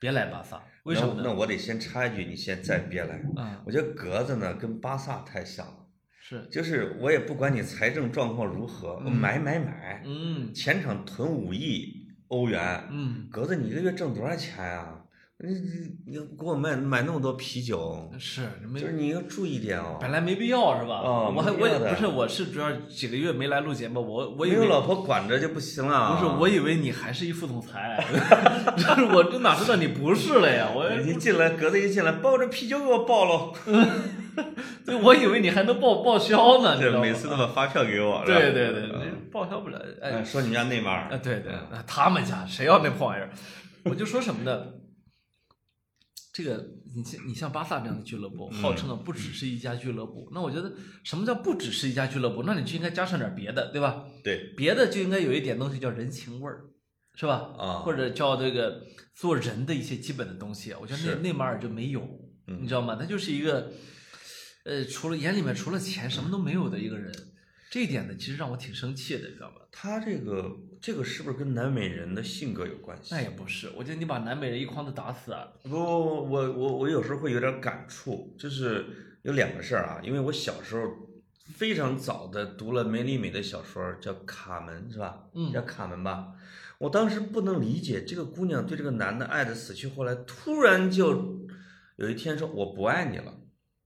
S2: 别来巴萨，为什么
S1: 那
S2: 呢？
S1: 我得先插一句，你先再别来。
S2: 啊，
S1: 我觉得格子呢跟巴萨太像了，
S2: 是，
S1: 就是我也不管你财政状况如何，我买买买，
S2: 嗯
S1: 前场囤五亿欧元。
S2: 嗯，
S1: 格子，你一个月挣多少钱啊？你你你给我买买那么多啤酒，
S2: 是没哎
S1: 就是你要注意点哦。
S2: 本来没必要是吧？
S1: 啊
S2: 我还
S1: 没必
S2: 我也
S1: 要的
S2: 不是，我是主要几个月没来录节目，我我
S1: 没
S2: 以
S1: 有
S2: 为
S1: 老婆管着就不行了啊。
S2: 不是，我以为你还是一副总裁， *laughs* 就是我这哪知道你不是了呀？我
S1: 一进来，格子一进来，把我这啤酒给我爆了。
S2: 对我以为你还能报报销呢，你知道
S1: 对，每
S2: 吗？
S1: 次都把发票给我。是吧
S2: 对对对，
S1: 嗯
S2: 你报销不了，哎，
S1: 哎，说你们家内马
S2: 啊，
S1: 尔，
S2: 对对，啊他们家谁要那破玩意儿？我就说什么呢？这个你像你像巴萨这样的俱乐
S1: 嗯
S2: 部，号称的不只是一家俱乐部，那我觉得什么叫不只是一家俱乐部？那你就应该加上点别的，对吧？
S1: 对，
S2: 别的就应该有一点东西叫人情味儿，是吧？
S1: 啊
S2: 或者叫这个做人的一些基本的东西，我觉得
S1: 是
S2: 内内马尔就没有，
S1: 嗯
S2: 你知道吗？他就是一个，呃，除了眼里面除了钱什么都没有的一个人，这一点呢，其实让我挺生气的，你知道吗？
S1: 啊他这个这个是不是跟南美人的性格有关系？
S2: 那也不是，我觉得你把南美人一筐子打死啊，
S1: 不，我我我有时候会有点感触，就是有两个事儿啊，因为我小时候非常早的读了梅里美的小说，叫《卡门》是吧？
S2: 嗯
S1: 叫卡门吧。我当时不能理解这个姑娘对这个男的爱的死去活来，突然就有一天说我不爱你了，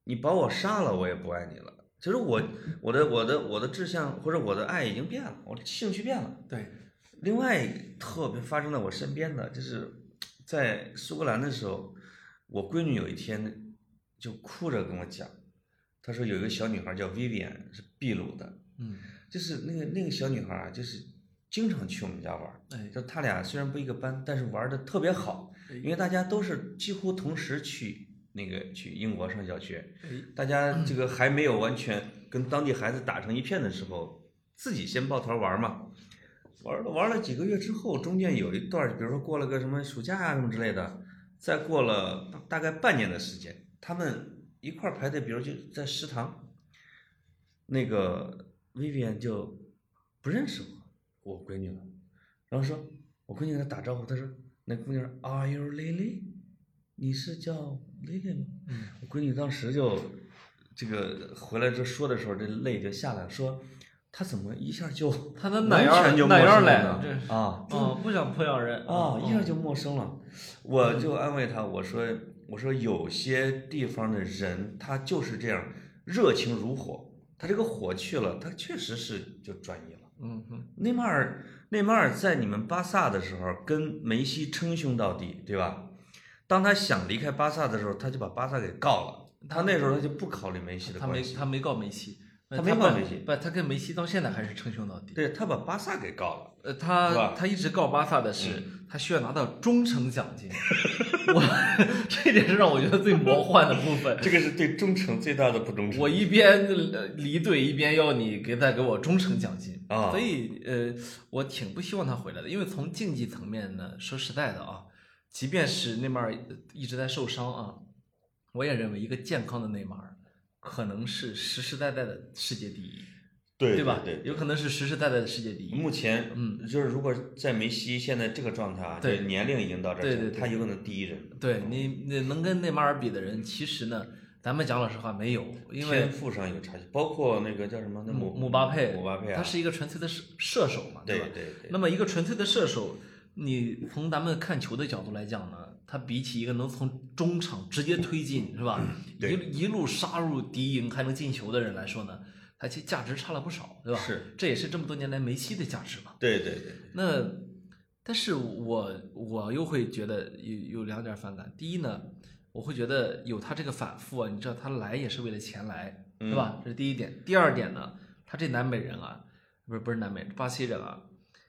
S1: 你把我杀了我也不爱你了。其实我我的我的我的志向或者我的爱已经变了，我的兴趣变了。
S2: 对，
S1: 另外特别发生在我身边的，就是在苏格兰的时候，我闺女有一天就哭着跟我讲，她说有一个小女孩叫 Vivian，是秘鲁的，
S2: 嗯，
S1: 就是那个那个小女孩啊，就是经常去我们家玩儿，
S2: 哎，
S1: 就她俩虽然不一个班，但是玩的特别好，因为大家都是几乎同时去那个去英国上小学，
S2: 哎
S1: 大家这个还没有完全跟当地孩子打成一片的时候，自己先抱团玩嘛。玩了玩了几个月之后，中间有一段儿，比如说过了个什么暑假啊什么之类的，再过了大大概半年的时间，他们一块儿排队，比如就在食堂，那个 Vivian 就不认识我，我闺女了，然后说，我闺女跟她打招呼，她说，那姑娘说 Are you Lily？你是叫 Lily 吗？
S2: 嗯
S1: 我闺女当时就这个回来之后说的时候，这泪就下来了，说她怎么一下就
S2: 他那哪
S1: 完
S2: 样
S1: 全就
S2: 哪
S1: 陌
S2: 样
S1: 生
S2: 来
S1: 了
S2: 这
S1: 呢
S2: 是
S1: 啊
S2: 哦，不想破养人
S1: 啊，一下
S2: 嗯
S1: 就陌生了。嗯我就安慰她，我说我说有些地方的人他就是这样，热情如火，他这个火去了，他确实是就转移了。
S2: 嗯嗯，
S1: 内马尔，内马尔在你们巴萨的时候跟梅西称兄道弟，对吧？当他想离开巴萨的时候，他就把巴萨给告了。他那时候他就不考虑梅西的
S2: 他
S1: 关
S2: 没
S1: 系，
S2: 他没告梅西，呃
S1: 他没告梅西
S2: 不，他跟梅西到现在还是称兄道弟。
S1: 对他把巴萨给告了。
S2: 呃，
S1: 是吧嗯
S2: 他他一直告巴萨的是，他需要拿到忠诚奖金。我 *laughs* 这点是让我觉得最魔幻的部分。
S1: 这个是对忠诚最大的不忠诚。
S2: 我一边呃离队，一边要你给再给我忠诚奖金
S1: 啊
S2: 所以呃，我挺不希望他回来的，因为从竞技层面呢，说实在的啊，即便是内马尔一直在受伤啊，我也认为一个健康的内马尔可能是实实在在的世界第一，
S1: 对
S2: 吧？
S1: 对，
S2: 有可能是实实在在的世界第一。
S1: 目前
S2: 嗯
S1: 就是如果在梅西现在这个状态啊，
S2: 对
S1: 这年龄已经到这儿，
S2: 对对对
S1: 他有可能第一人，
S2: 对你，你能跟内马尔比的人，其实呢，咱们讲老实话没有，因为
S1: 天赋上有差距，包括那个叫什么那姆
S2: 姆巴佩，
S1: 姆巴佩
S2: 他
S1: 啊，
S2: 是一个纯粹的射射手嘛，
S1: 对
S2: 吧？
S1: 对对，
S2: 那么一个纯粹的射手，你从咱们看球的角度来讲呢，他比起一个能从中场直接推进是吧，
S1: 嗯对
S2: 一一路杀入敌营还能进球的人来说呢，他其实价值差了不少，对吧？
S1: 是，
S2: 这也是这么多年来梅西的价值嘛。
S1: 对对对，
S2: 那，但是我我又会觉得有有两点反感。第一呢，我会觉得有他这个反复啊，你知道他来也是为了钱来，对吧？这是第一点。第二点呢，他这南美人啊，不是不是南美，巴西人啊，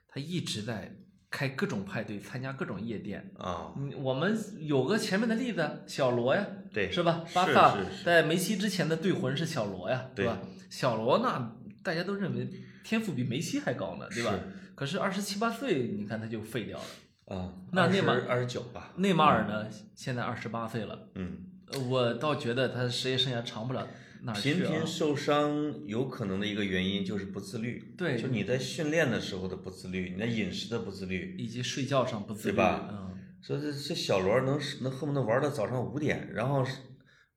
S2: 他一直在开各种派对，参加各种夜店。
S1: 啊，
S2: 嗯，我们有个前面的例子，小罗呀，
S1: 对
S2: 是吧？
S1: 是
S2: 巴萨
S1: 是是
S2: 在梅西之前的队魂是小罗呀，
S1: 对
S2: 吧？小罗那大家都认为天赋比梅西还高呢，对吧？可是二十七八岁，你看他就废掉了。
S1: 啊，
S2: 那内马
S1: 二十九吧，
S2: 内马尔呢，现在二十八岁了，
S1: 嗯，
S2: 呃我倒觉得他职业生涯长不了哪儿去
S1: 频
S2: 啊。
S1: 频受伤有可能的一个原因就是不自律，
S2: 对
S1: 就你在训练的时候的不自律，你在饮食的不自律，
S2: 以及睡觉上不自律，
S1: 对吧
S2: 嗯，
S1: 说这这小罗能能恨不得玩到早上五点，然后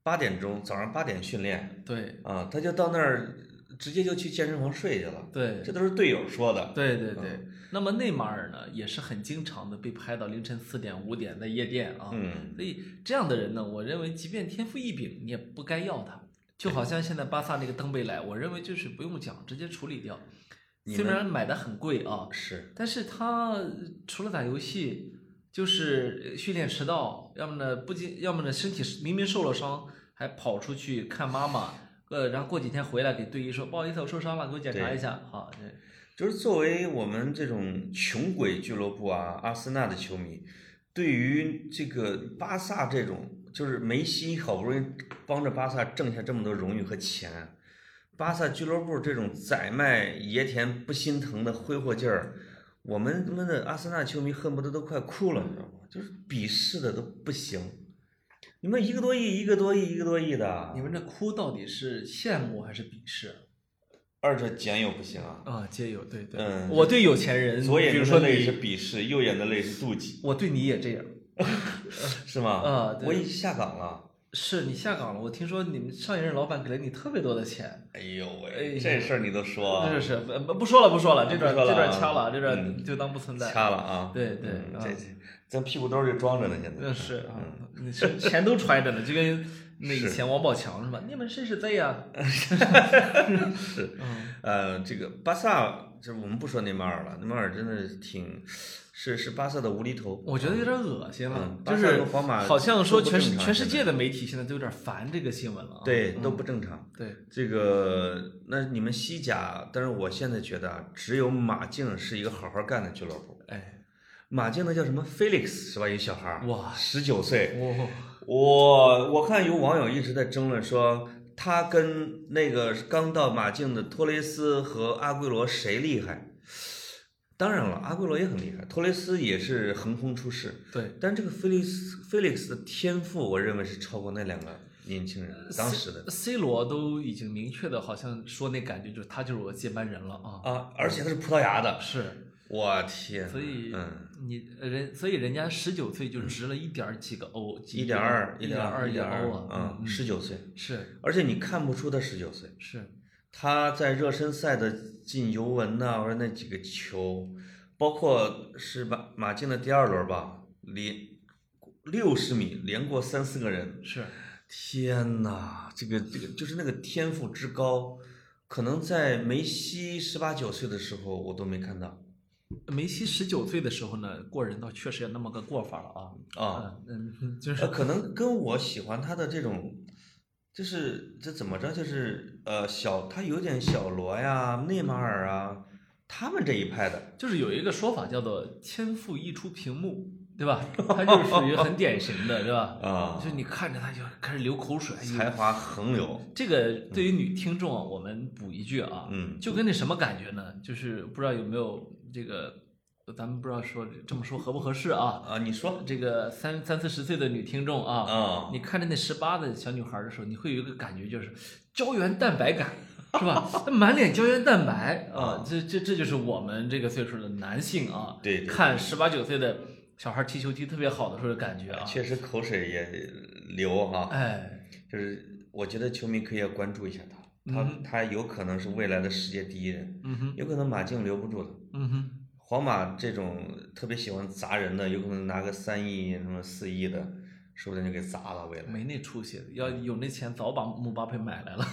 S1: 八点钟早上八点训练
S2: 对
S1: 啊，他就到那儿直接就去健身房睡去了。
S2: 对
S1: 这都是队友说的。
S2: 对对对。那么内马尔呢，也是很经常的被拍到凌晨四点、五点在夜店啊。
S1: 嗯，
S2: 所以这样的人呢，我认为即便天赋异禀，你也不该要他。就好像现在巴萨那个登贝莱，我认为就是不用讲，直接处理掉。
S1: 你
S2: 虽然买的很贵啊，
S1: 是
S2: 但是他呃除了打游戏，就是呃训练迟到，要么呢不仅，要么呢身体是明明受了伤，还跑出去看妈妈，呃，然后过几天回来给队医说，不好意思，我受伤了，给我检查一下。好，这
S1: 就是作为我们这种穷鬼俱乐部啊，阿森纳的球迷，对于这个巴萨这种，就是梅西好不容易帮着巴萨挣下这么多荣誉和钱，巴萨俱乐部这种宰卖野田不心疼的挥霍劲儿，我们他妈的阿森纳球迷恨不得都快哭了，你知道吗？就是鄙视的都不行。你们一个多亿，一个多亿，一个多亿的
S2: 你，们这哭到底是羡慕还是鄙视？
S1: 二者兼有不行啊。
S2: 啊，皆有，对对，
S1: 嗯
S2: 我对有钱人，
S1: 左眼
S2: 比
S1: 睛
S2: 如
S1: 的
S2: 说
S1: 泪是
S2: 你，
S1: 鄙视，右眼的泪是妒忌。
S2: 我对你也这样。
S1: 是吗？
S2: 啊对
S1: 我已经下岗了。
S2: 是你下岗了，我听说你们上一任老板给了你特别多的钱。
S1: 哎呦
S2: 哎
S1: 喂，
S2: 呦
S1: 这事儿你都说啊，
S2: 是是，不不说了不说了，这段
S1: 不说了
S2: 这
S1: 啊
S2: 段掐了，这段
S1: 嗯
S2: 就当不存在。
S1: 掐了啊？
S2: 对对
S1: 嗯
S2: 啊
S1: 这这咱屁股兜里装着呢，现在
S2: 那是啊，你是钱都揣着呢，就跟那以前王宝强是吧？你们谁是贼呀？
S1: 是
S2: 嗯，
S1: 呃，这个巴萨，这我们不说内马尔了，内马尔真的挺是是巴萨的无厘头。
S2: 我觉得有点恶心了
S1: 嗯，
S2: 就
S1: 巴萨
S2: 是
S1: 和皇马
S2: 好像说全世
S1: 都不正常
S2: 全世界的媒体现在都有点烦这个新闻了啊。
S1: 对都不正常。
S2: 对，
S1: 这个那你们西甲，但是我现在觉得啊，只有马竞是一个好好干的俱乐部。
S2: 哎，
S1: *laughs* 马竞的叫什么 Felix 是吧？一个小孩儿，
S2: 哇
S1: 十九岁，
S2: 我
S1: 我我看有网友一直在争论说，他跟那个刚到马竞的托雷斯和阿圭罗谁厉害？当然了，阿圭罗也很厉害，托雷斯也是横空出世。
S2: 对，
S1: 但这个菲利斯菲利克斯的天赋，我认为是超过那两个年轻人当时的
S2: C 罗都已经明确的，好像说那感觉就是他就是我接班人了啊。
S1: 啊，而且他是葡萄牙的，
S2: 是，
S1: 我天！
S2: 所以
S1: 嗯，
S2: 你呃人，所以人家十九岁就值了一点儿几个欧，
S1: 嗯一点二，
S2: 一
S1: 点
S2: 二
S1: 一点
S2: 欧
S1: 二，
S2: 啊，嗯
S1: 嗯，十九岁，
S2: 是
S1: 而且你看不出他十九岁。
S2: 是，
S1: 他在热身赛的进尤文呐、或者那几个球，包括是马马竞的第二轮吧，连六十米连过三四个人，
S2: 是，
S1: 天呐，这个这个就是那个天赋之高，可能在梅西十八九岁的时候，我都没看到。
S2: 梅西十九岁的时候呢，过人倒确实有那么个过法了啊。
S1: 啊
S2: 嗯，嗯，就是
S1: 呃，可能跟我喜欢他的这种，就是这怎么着，就是呃小，他有点小罗呀、内马尔啊，他们这一派的。
S2: 就是有一个说法叫做“天赋溢出屏幕”，对吧？他就是属于很典型的，对吧？
S1: *laughs* 啊
S2: 就你看着他就开始流口水。哎呦
S1: 才华横流，
S2: 这个对于女听众啊，我们补一句啊，
S1: 嗯
S2: 就跟那什么感觉呢？就是不知道有没有这个，咱们不知道说这么说合不合适啊？
S1: 啊，你说
S2: 这个三三四十岁的女听众啊，
S1: 啊
S2: 你看着那十八的小女孩的时候，你会有一个感觉，就是胶原蛋白感， *laughs* 是吧？她满脸胶原蛋白啊，这这这就是我们这个岁数的男性啊，
S1: 对对对
S2: 看十八九岁的小孩踢球踢特别好的时候的感觉啊，
S1: 确实口水也流哈、
S2: 哎，
S1: 就是我觉得球迷可以要关注一下他，他、
S2: 嗯
S1: 他有可能是未来的世界第一人，
S2: 嗯哼，
S1: 有可能马竞留不住他。
S2: 嗯哼，
S1: 皇马这种特别喜欢砸人的，有可能拿个三亿什么四亿的，说不定就给砸了。未来
S2: 没那出息，要有那钱早把姆巴佩
S1: *laughs*
S2: 买来了，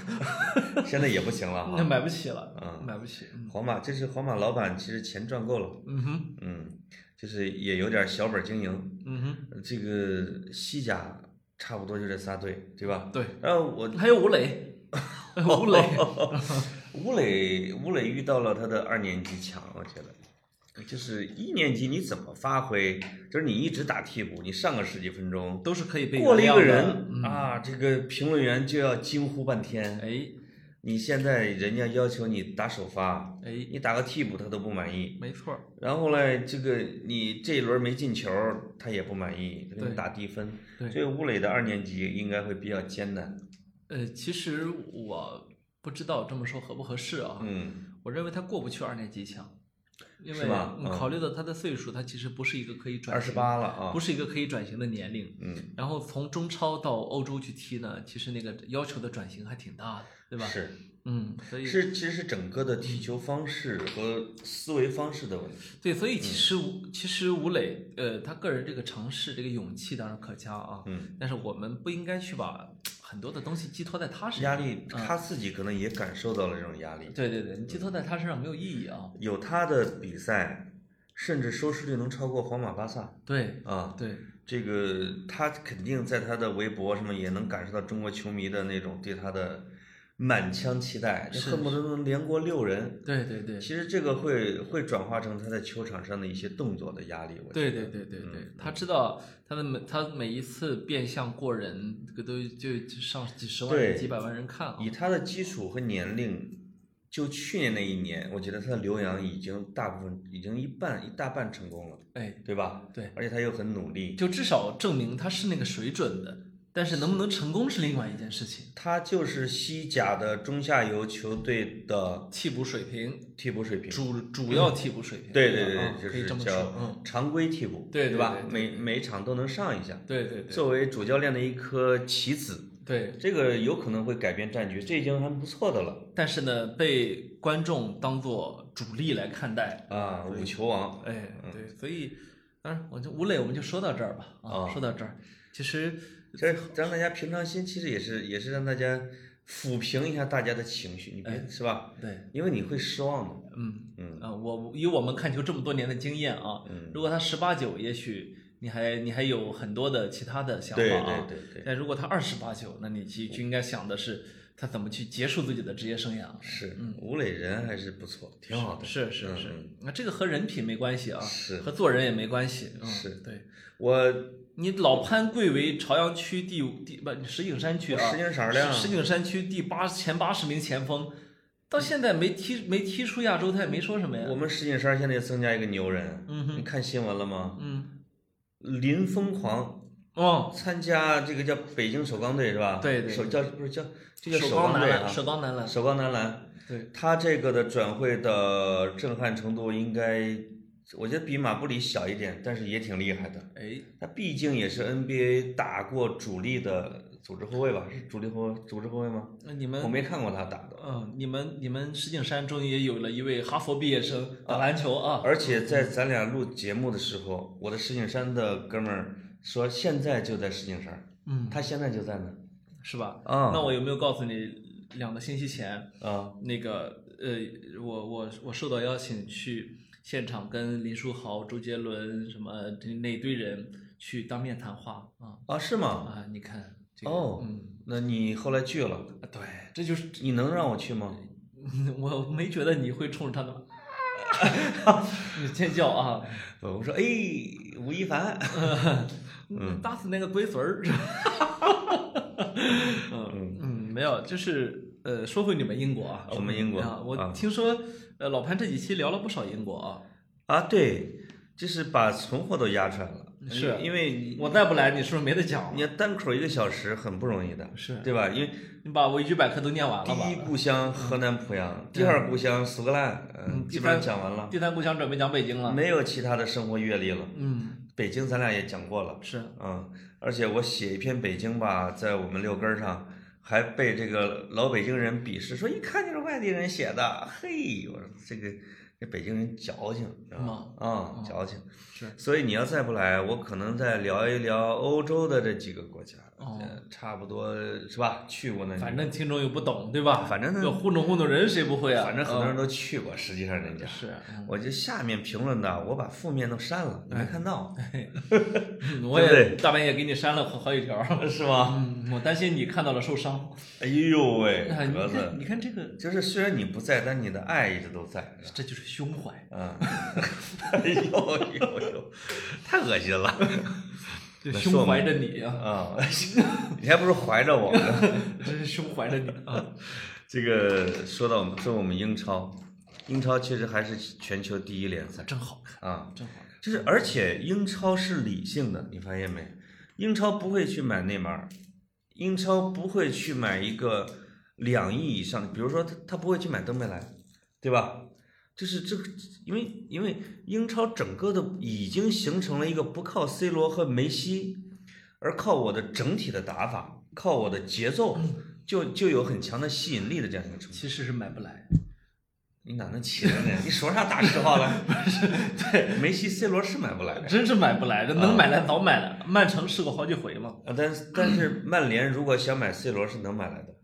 S1: 现在也不行了
S2: *laughs* 那
S1: 哈。
S2: 买不起了，
S1: 嗯
S2: 买不起，嗯
S1: 皇马这是皇马老板，其实钱赚够了，
S2: 嗯哼，
S1: 嗯，就是也有点小本经营。
S2: 嗯哼，
S1: 这个西甲差不多就这仨队，对吧？
S2: 对，
S1: 然后
S2: *laughs*
S1: 我
S2: 还有吴磊，
S1: *laughs*
S2: 吴磊，
S1: 吴磊，吴磊遇到了他的二年级强，我觉得，就是一年级你怎么发挥，就是你一直打替补，你上个十几分钟，
S2: 都是可以被
S1: 过了一
S2: 原谅
S1: 个
S2: 的
S1: 人、
S2: 嗯
S1: 啊，这个评论员就要惊呼半天。
S2: 哎
S1: 你现在人家要求你打首发，
S2: 哎，
S1: 你打个替补他都不满意，
S2: 没错儿，
S1: 然后嘞，这个你这一轮没进球，他也不满意，他给
S2: 对
S1: 你打低分。
S2: 对
S1: 所以吴磊的二年级应该会比较艰难。
S2: 呃，其实我不知道这么说合不合适啊。
S1: 嗯，
S2: 我认为他过不去二年级强，因为
S1: 是吧
S2: 嗯
S1: 嗯
S2: 考虑到他的岁数，他其实不是一个可以转
S1: 二
S2: 型
S1: 十，八了啊，
S2: 不是一个可以转型的年龄。
S1: 嗯，
S2: 然后从中超到欧洲去踢呢，其实那个要求的转型还挺大的，对吧？，
S1: 是。
S2: 嗯，所以
S1: 是，其实是整个的踢球方式和思维方式的问题。
S2: 对，所以
S1: 嗯
S2: 其实吴、其实吴磊，呃，他个人这个尝试这个勇气当然可嘉啊，
S1: 嗯，
S2: 但是我们不应该去把很多的东西寄托在他身上。
S1: 压力，他自己可能也感受到了这种压力。
S2: 嗯对对对，你寄托在他身上没有意义啊。
S1: 有他的比赛，甚至收视率能超过皇马、巴萨
S2: 对
S1: 啊。
S2: 对，
S1: 这个他肯定在他的微博什么也能感受到中国球迷的那种对他的满腔期待，就是恨不得能连过六人。
S2: 对对对，
S1: 其实这个会会转化成他在球场上的一些动作的压力。我觉
S2: 对
S1: 得
S2: 对对对对
S1: 嗯，
S2: 他知道他的每他每一次变相过人，这个都就就上几十万人、
S1: 对
S2: 几百万人看啊。
S1: 以他的基础和年龄，就去年那一年，我觉得他的留洋已经大部分已经一半一大半成功了，
S2: 哎，
S1: 对吧？
S2: 对，
S1: 而且他又很努力，
S2: 就至少证明他是那个水准的，但是能不能成功是另外一件事情。
S1: 他就是西甲的中下游球队的
S2: 替补水平，
S1: 替补水平。
S2: 主主要替补水平。
S1: 嗯对对对
S2: 啊
S1: 对，就
S2: 可以
S1: 是
S2: 这么说。
S1: 叫
S2: 嗯，
S1: 常规替补，
S2: 对对
S1: 吧？
S2: 对
S1: 每每场都能上一下，
S2: 对对对
S1: 作为主教练的一颗棋子，
S2: 对。
S1: 这个有可能会改变战局，这已经很不错的了
S2: 但是呢，被观众当做主力来看待，
S1: 啊！五球王，
S2: 哎，
S1: 嗯
S2: 对，所以，当然，我就吴磊，我们就说到这儿吧。啊，
S1: 啊
S2: 说到这儿，其实
S1: 这让大家平常心，其实也是也是让大家抚平一下大家的情绪，你别、是吧？
S2: 对，
S1: 因为你会失望的。
S2: 哎嗯
S1: 嗯
S2: 啊，我以我们看球这么多年的经验啊，
S1: 嗯
S2: 如果他十八九，也许你还你还有很多的其他的想法
S1: 对
S2: 啊。
S1: 对对对，
S2: 但如果他二十八九，那你其就应该想的是他怎么去结束自己的职业生涯。
S1: 是吴磊人还是不错，挺好的。
S2: 嗯是是是
S1: 嗯，
S2: 那这个和人品没关系啊，
S1: 是
S2: 和做人也没关系。嗯、
S1: 是
S2: 对
S1: 我
S2: 你老潘贵为朝阳区第五第不石景山区啊，
S1: 石景山亮
S2: 石景山区第八前八十名前锋，到现在没踢没踢出亚洲，他也没说什么呀
S1: 我。们石景山现在增加一个牛人，
S2: 嗯哼
S1: 你看新闻了吗？
S2: 嗯，
S1: 林疯狂
S2: 哦，
S1: 参加这个叫北京首钢队是吧？
S2: 对对对
S1: 首叫不是叫这叫
S2: 手
S1: 钢
S2: 男
S1: 队
S2: 篮，
S1: 啊，
S2: 手钢男篮，
S1: 首钢男篮。
S2: 对，
S1: 他这个的转会的震撼程度应该，我觉得比马布里小一点，但是也挺厉害的。
S2: 哎，
S1: 他毕竟也是 NBA 打过主力的组织后卫吧？是主力后组织后卫吗？
S2: 那你
S1: 我
S2: 们，
S1: 没看过他打的，
S2: 嗯，你们你们石景山终于也有了一位哈佛毕业生打篮球啊，
S1: 而且在咱俩录节目的时候，我的石景山的哥们儿说现在就在石景山，
S2: 嗯，
S1: 他现在就在那儿
S2: 是吧？
S1: 啊
S2: 那我有没有告诉你，两个星期前，
S1: 啊
S2: 那个呃，我我我受到邀请去现场跟林书豪、周杰伦什么那一堆人去当面谈话啊
S1: 啊，是吗？
S2: 啊！你看，这个、
S1: 哦
S2: 嗯，
S1: 那你后来去了，
S2: 对，这就是
S1: 你能让我去吗？
S2: 嗯 *laughs* 我没觉得你会冲着他们。 *laughs* 你尖叫啊！
S1: 呃我说，哎，吴亦凡，
S2: 嗯，打死那个龟
S1: *laughs*
S2: 孙儿！嗯嗯，没有，就是呃，说回你们英国啊，
S1: 哦我们英国
S2: 啊，我
S1: 啊
S2: 听说呃，老潘这几期聊了不少英国啊，
S1: 啊，对，就是把存货都压出来了，
S2: 是
S1: 因为你
S2: 我再不来，你是不是没得讲了？
S1: 嗯你要单口一个小时很不容易的，
S2: 是
S1: 对吧？因为
S2: 你把维基百科都念完了吧？
S1: 第一故乡河南濮阳，第二故乡苏格兰，嗯，
S2: 嗯
S1: 基本上讲完了，
S2: 第三故乡准备讲北京了。
S1: 没有其他的生活阅历了。
S2: 嗯，
S1: 北京咱俩也讲过了，
S2: 是
S1: 嗯，而且我写一篇北京吧，在我们六根儿上还被这个老北京人鄙视，说一看就是外地人写的，嘿，我说这个这北京人矫情，知道吗？啊、
S2: 嗯
S1: 矫情。
S2: 是，
S1: 所以你要再不来，我可能再聊一聊欧洲的这几个国家，
S2: 哦
S1: 呃差不多是吧？去过那里，
S2: 反正听众又不懂，对吧？
S1: 反正呢
S2: 要糊弄糊弄人，谁不会啊？
S1: 反正很多人都去过，实际上人家 *laughs*
S2: 嗯。是，
S1: 我就下面评论的，我把负面都删了，
S2: 哎
S1: 你没看
S2: *laughs*
S1: 到
S2: 嗯我
S1: 对不
S2: 也大半夜给你删了好好几条。
S1: 是吗？
S2: 嗯，我担心你看到了受伤。
S1: 哎呦喂，
S2: 啊你
S1: 格
S2: 看，
S1: 子，
S2: 你看这个，
S1: 就是虽然你不在，但你的爱一直都在。
S2: 这就是胸怀，
S1: 嗯， *laughs* 哎呦呦呦，太恶心了
S2: 就
S1: 来
S2: 胸
S1: 说嘛
S2: 怀着你
S1: *laughs*
S2: 啊，
S1: 啊！你还不如怀着我呢。 *laughs*
S2: 真是胸怀着你啊。
S1: 这个说到我们说我们英超，英超确实还是全球第一联赛
S2: 真好看，
S1: 啊，
S2: 真好看。
S1: 就是而且英超是理性的，你发现没？英超不会去买内马尔，英超不会去买一个两亿以上的，比如说他他不会去买登贝莱，对吧？就是这个，因为因为英超整个的已经形成了一个不靠 C 罗和梅西，而靠我的整体的打法，靠我的节奏，就就有很强的吸引力的这样一个成分。
S2: 其实是买不来，
S1: 你哪能起来呢？你手上打实话了？ *laughs* 不是，对，梅西、C 罗是买不来的。
S2: 真是买不来。这能买来早买了，曼城试过好几回嘛。
S1: 啊，但是但是曼联如果想买 C 罗是能买来的，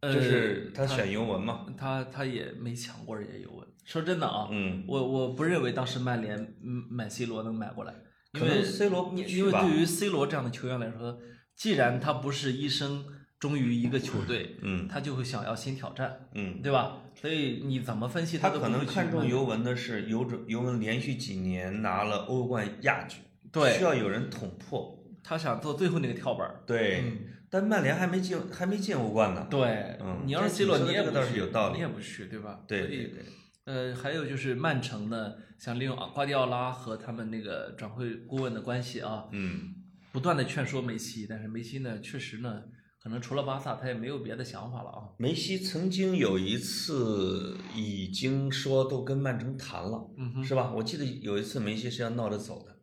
S2: 呃
S1: 就是他选尤文嘛。
S2: 他他也没抢过人家尤文。说真的啊，
S1: 嗯，
S2: 我我不认为当时曼联嗯买 C 罗能买过来，因
S1: 可能
S2: 为
S1: C 罗不
S2: 因
S1: 去
S2: 因为
S1: 吧
S2: 对于 C 罗这样的球员来说，既然他不是一生忠于一个球队，
S1: 嗯
S2: 他就会想要新挑战，
S1: 嗯，
S2: 对吧？所以你怎么分析
S1: 他
S2: 都
S1: 可
S2: 不
S1: 能
S2: 会去
S1: 看中
S2: 买
S1: 尤文的是尤准尤文连续几年拿了欧冠亚军，
S2: 对
S1: 需要有人捅破。
S2: 他想做最后那个跳板儿。
S1: 对，但曼联还没进还没进欧冠呢。
S2: 嗯对，
S1: 嗯
S2: 你要是
S1: 这
S2: C 罗，
S1: 你说
S2: 你
S1: 的这
S2: 也
S1: 个
S2: 不
S1: 倒是
S2: 去
S1: 有道理
S2: 你也不去，对吧？
S1: 对
S2: 所以
S1: 对对，
S2: 呃，还有就是曼城呢，想利用啊瓜迪奥拉和他们那个转会顾问的关系啊，
S1: 嗯，
S2: 不断的劝说梅西，但是梅西呢，确实呢，可能除了巴萨，他也没有别的想法了啊。
S1: 梅西曾经有一次已经说都跟曼城谈了，
S2: 嗯哼
S1: 是吧？我记得有一次梅西是要闹着走的，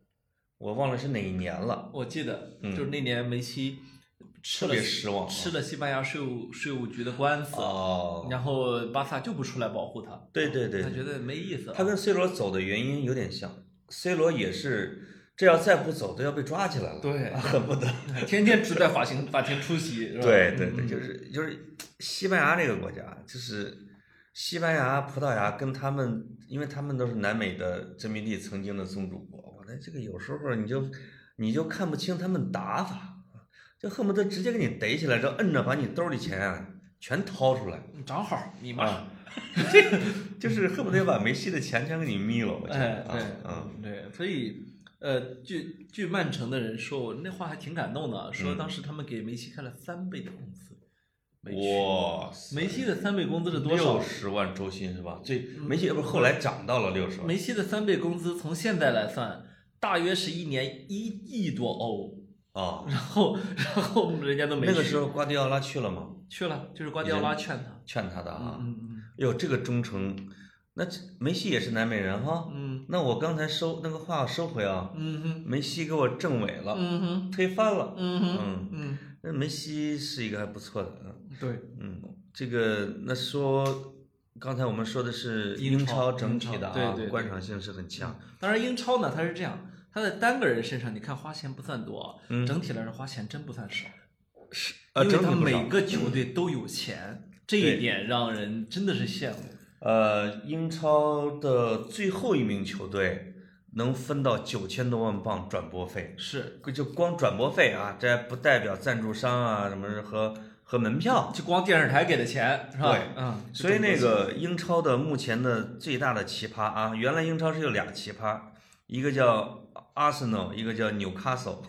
S1: 我忘了是哪一年了，
S2: 我记得，
S1: 嗯
S2: 就是那年梅西吃
S1: 特
S2: 了
S1: 别失望。啊
S2: 吃了西班牙税务税务局的官司，
S1: 哦，
S2: 然后巴萨就不出来保护他，
S1: 对对对
S2: 他觉得没意思啊。
S1: 他跟 C 罗走的原因有点像，C 罗也是，这要再不走都要被抓起来了，
S2: 对
S1: *laughs* 恨不得。
S2: 天天只在法庭法庭出席，是吧
S1: 对对对，
S2: 嗯
S1: 就是就是西班牙这个国家，就是西班牙、葡萄牙跟他们，因为他们都是南美的殖民地曾经的宗主国，我的这个有时候你就你就看不清他们打法，就恨不得直接给你逮起来，然后摁着把你兜里钱啊全掏出来。
S2: 正好你妈，
S1: 啊，这个 *laughs* 就是恨不得要把梅西的钱全给你眯了，我觉
S2: 哎
S1: 得，啊
S2: 对，，
S1: 嗯，
S2: 对，所以。呃，据据曼城的人说，我那话还挺感动的，啊说当
S1: 嗯
S2: 时他们给梅西开了三倍的工资，没去。
S1: 哇塞，
S2: 梅西的三倍工资是多少嗯
S1: 六？十万周薪是吧？最梅西不是后来涨到了六十万，
S2: 梅西的三倍工资从现在来算，大约是一年一亿多欧。
S1: 啊，
S2: 然后，然后人家都没去
S1: 那个时候瓜迪奥拉去了吗？
S2: 去了，就是瓜迪奥拉劝他。
S1: 劝他的啊，
S2: 嗯
S1: 哟，这个忠诚，那这梅西也是南美人哈。
S2: 嗯
S1: 那我刚才收那个话收回啊，
S2: 嗯哼
S1: 梅西给我证伪了，
S2: 嗯哼
S1: 推翻了。
S2: 嗯哼
S1: 嗯，
S2: 嗯
S1: 那梅西是一个还不错的，嗯
S2: 嗯，对，
S1: 嗯，这个那说刚才我们说的是
S2: 英
S1: 英
S2: 超
S1: 超整体的
S2: 英超
S1: 啊，
S2: 对对对
S1: 观赏性是很强。
S2: 当然英超呢，它是这样，它在单个人身上，你看花钱不算多，
S1: 嗯
S2: 整体来说花钱真不算少，
S1: 呃
S2: 嗯因为
S1: 整体
S2: 它
S1: 不少嗯
S2: 每个球队都有钱，这一点让人真的是羡慕。
S1: 呃，英超的最后一名球队能分到九千多万镑转播费，
S2: 是，
S1: 就光转播费啊，这还不代表赞助商啊什么和和门票。
S2: 就光电视台给的钱是吧？
S1: 对
S2: 嗯，就
S1: 所以
S2: 这么
S1: 那
S2: 多钱
S1: 个英超的目前的最大的奇葩啊，原来英超是有俩奇葩，一个叫 Arsenal，一个叫 Newcastle，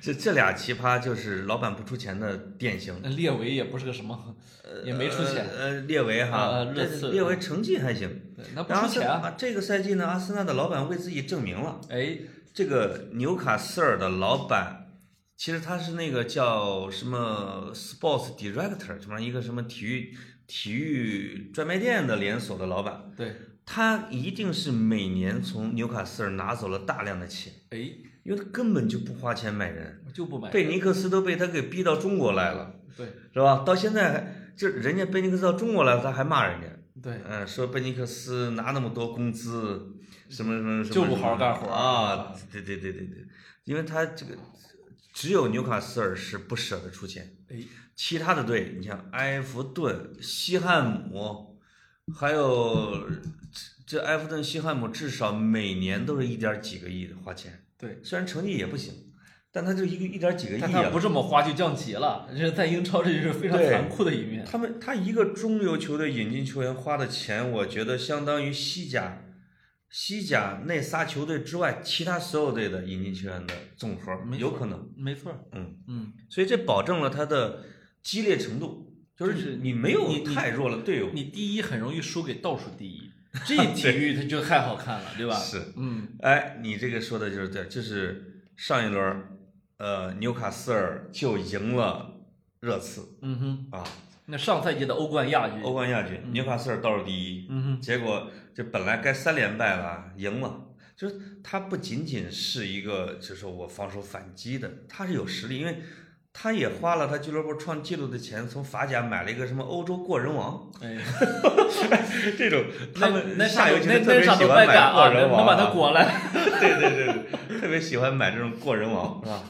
S1: 这这俩奇葩就是老板不出钱的典型。
S2: 那列维也不是个什么，也没出钱，
S1: 呃，呃列维哈
S2: 呃，啊热
S1: 但
S2: 刺
S1: 是列维成绩还行。
S2: 对那不
S1: 呃然后
S2: 出
S1: 是
S2: 钱啊。
S1: 啊，这个赛季呢，阿森纳的老板为自己证明了。
S2: 哎，
S1: 这个纽卡斯尔的老板，其实他是那个叫什么 Sports Director，什么一个什么体育体育专卖店的连锁的老板，
S2: 对，
S1: 他一定是每年从纽卡斯尔拿走了大量的钱，
S2: 哎，
S1: 因为他根本就不花钱买人，
S2: 我就不买。
S1: 贝尼克斯都被他给逼到中国来了，
S2: 对
S1: 是吧？到现在还就人家贝尼克斯到中国来了，他还骂人家。
S2: 对，哎
S1: 嗯，说贝尼克斯拿那么多工资，什么什么什么，
S2: 就不好好干活
S1: 啊！对对对对对，因为他这个只有纽卡斯尔是不舍得出钱，
S2: 哎，
S1: 其他的队，你像埃弗顿、西汉姆，还有这埃弗顿、西汉姆，至少每年都是一点儿几个亿的花钱，
S2: 对，
S1: 虽然成绩也不行，但他就一个一点儿几个亿
S2: 但他
S1: 啊
S2: 不。这么花就降级了，这在英超这就是非常
S1: 对
S2: 残酷的一面。
S1: 他们他一个中游球队引进球员花的钱，我觉得相当于西甲、西甲那仨球队之外其他所有队的引进球员的总和，
S2: 没错
S1: 有可能。
S2: 没错，
S1: 嗯
S2: 嗯，
S1: 所以这保证了他的激烈程度，就
S2: 就是
S1: 是你没有
S2: 你你
S1: 太弱了队友。
S2: 你第一很容易输给倒数第
S1: *laughs*
S2: 一，这体育它就太好看了，对吧？
S1: 是，
S2: 嗯，
S1: 哎，你这个说的就是对，就是上一轮儿，呃，纽卡斯尔就赢了热刺
S2: 嗯哼，
S1: 啊，
S2: 那上赛季的欧冠亚军，
S1: 欧冠亚军，纽卡斯尔倒数第一。
S2: 嗯
S1: 结果这本来该三连败了，赢了。就是他不仅仅是一个，就是说我防守反击的，他是有实力，因为他也花了他俱乐部创纪录的钱，从法甲买了一个什么欧洲过人王， *laughs*
S2: 哼，哎，
S1: 这种他们
S2: 那那
S1: 下游球队
S2: 那
S1: 特
S2: 那
S1: 别
S2: 上
S1: 喜
S2: 头
S1: 欢
S2: 败
S1: 买
S2: 感
S1: 过
S2: 啊，
S1: 人
S2: 能能
S1: 王、
S2: 把他裹来，
S1: *laughs* 对对对对，特别喜欢买这种过人王
S2: *laughs*
S1: 是吧？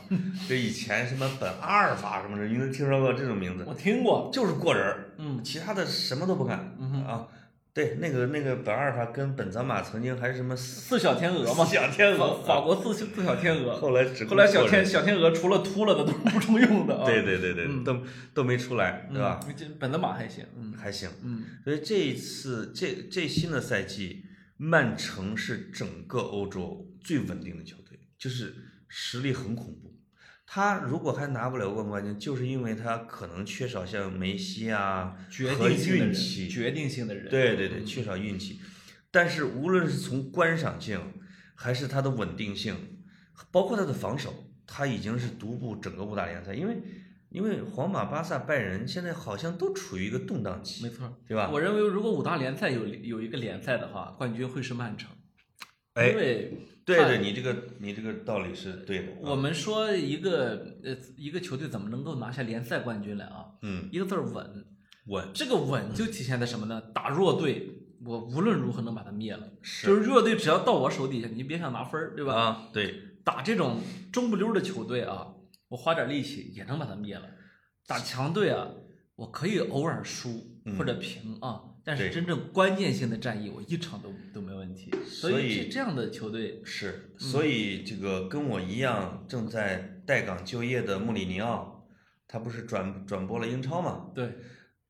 S1: 就以前什么本阿尔法什么的，你能听说过这种名字？
S2: 我听过，
S1: 就是过人儿，
S2: 嗯
S1: 其他的什么都不干、
S2: 嗯哼
S1: 啊。对，那个那个本阿尔法跟本泽马曾经还是什么
S2: 四小天鹅嘛，
S1: 小天鹅啊
S2: 法法国四四小天鹅，
S1: 后来只
S2: 后来小
S1: 做人
S2: 天小天鹅除了秃了的都是不中用的啊。
S1: 对对对对，
S2: 嗯
S1: 都都没出来，
S2: 嗯，
S1: 对吧？
S2: 这本泽马还行，嗯
S1: 还行。
S2: 嗯，
S1: 所以这一次这这新的赛季，曼城是整个欧洲最稳定的球队，就是实力很恐怖。他如果还拿不了欧冠冠军，就是因为他可能缺少像梅西啊
S2: 决
S1: 和
S2: 定性的
S1: 运
S2: 人，
S1: 气，
S2: 决定性的人，
S1: 对对对，缺少运气。但是无论是从观赏性，还是它的稳定性，包括它的防守，它已经是独步整个五大联赛。因为因为皇马、巴萨、拜仁现在好像都处于一个动荡
S2: 没
S1: 期，
S2: 错。
S1: 对吧？
S2: 我认为如果五大联赛有有一个联赛的话，冠军会是曼城，
S1: 哎
S2: 因为
S1: 对
S2: 看
S1: 对，你这个你这个道理是对的。啊
S2: 我们说一个呃一个球队怎么能够拿下联赛冠军来啊？
S1: 嗯，
S2: 一个字儿稳，
S1: 稳
S2: 这个稳就体现在什么呢？打弱队，我无论如何能把它灭了。就是是弱队只要到我手底下，你别想拿分儿，对吧？
S1: 啊，对，
S2: 打这种中不溜儿的球队啊，我花点力气也能把它灭了。打强队啊，我可以偶尔输
S1: 嗯
S2: 或者平啊，但是
S1: 对
S2: 真正关键性的战役，我一场都都没问题。所
S1: 所
S2: 以
S1: 以
S2: 这这样的球队，
S1: 是。
S2: 嗯
S1: 所以这个跟我一样正在待岗就业的穆里尼奥，他不是转转播了英超吗？
S2: 对，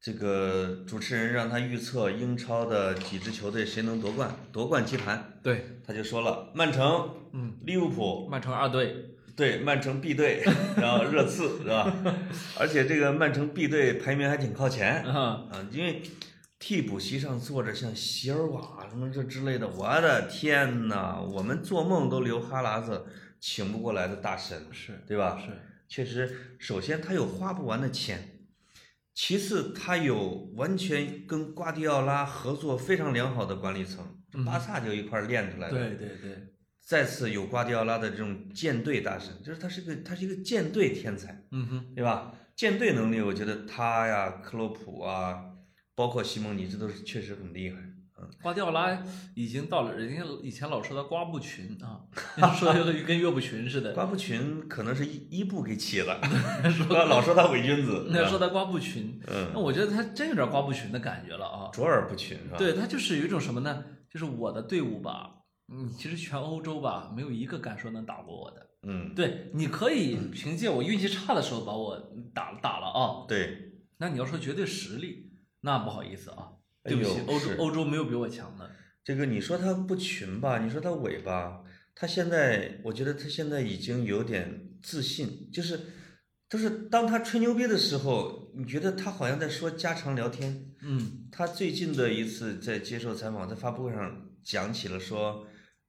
S1: 这个主持人让他预测英超的几支球队谁能夺冠，夺冠棋盘，
S2: 对，
S1: 他就说了曼城、
S2: 嗯，
S1: 利物浦，
S2: 曼城二队，
S1: 对，曼城 B 队，然后热刺是吧？ *laughs* 而且这个曼城 B 队排名还挺靠前
S2: 啊，
S1: 啊，因为替补席上坐着像席尔瓦什么这之类的，我的天呐，我们做梦都流哈喇子，请不过来的大神，
S2: 是
S1: 对吧？
S2: 是，
S1: 确实，首先他有花不完的钱，其次他有完全跟瓜迪奥拉合作非常良好的管理层，巴萨就一块儿练出来的。
S2: 嗯对对对，
S1: 再次有瓜迪奥拉的这种舰队大神，就是他是个他是一个舰队天才，
S2: 嗯哼，
S1: 对吧？舰队能力，我觉得他呀、克洛普啊，包括西蒙尼，这都是确实很厉害。嗯，
S2: 瓜迪奥拉已经到了，人家以前老说他瓜不群啊， *laughs* 人家说的跟岳不群似 *laughs* 的，
S1: 瓜不群可能是伊伊布给起
S2: *laughs*
S1: 的，说老说他伪君子，
S2: 那说
S1: 他
S2: 他瓜不群，那
S1: 嗯
S2: 我觉得他真有点瓜不群的感觉了啊。
S1: 卓尔不群是吧？，
S2: 对他就是有一种什么呢？就是我的队伍吧，嗯，其实全欧洲吧，没有一个敢说能打过我的。
S1: 嗯，
S2: 对，你可以凭借我运气差的时候把我打打了啊，
S1: 对，
S2: 那你要说绝对实力，那不好意思啊，对不
S1: 哎呦
S2: 起，欧洲
S1: 是
S2: 欧洲没有比我强的。
S1: 这个你说他不群吧，你说他伪吧，他现在我觉得他现在已经有点自信，就是就是当他吹牛逼的时候，你觉得他好像在说家常聊天。
S2: 嗯
S1: 他最近的一次在接受采访，在发布会上讲起了说，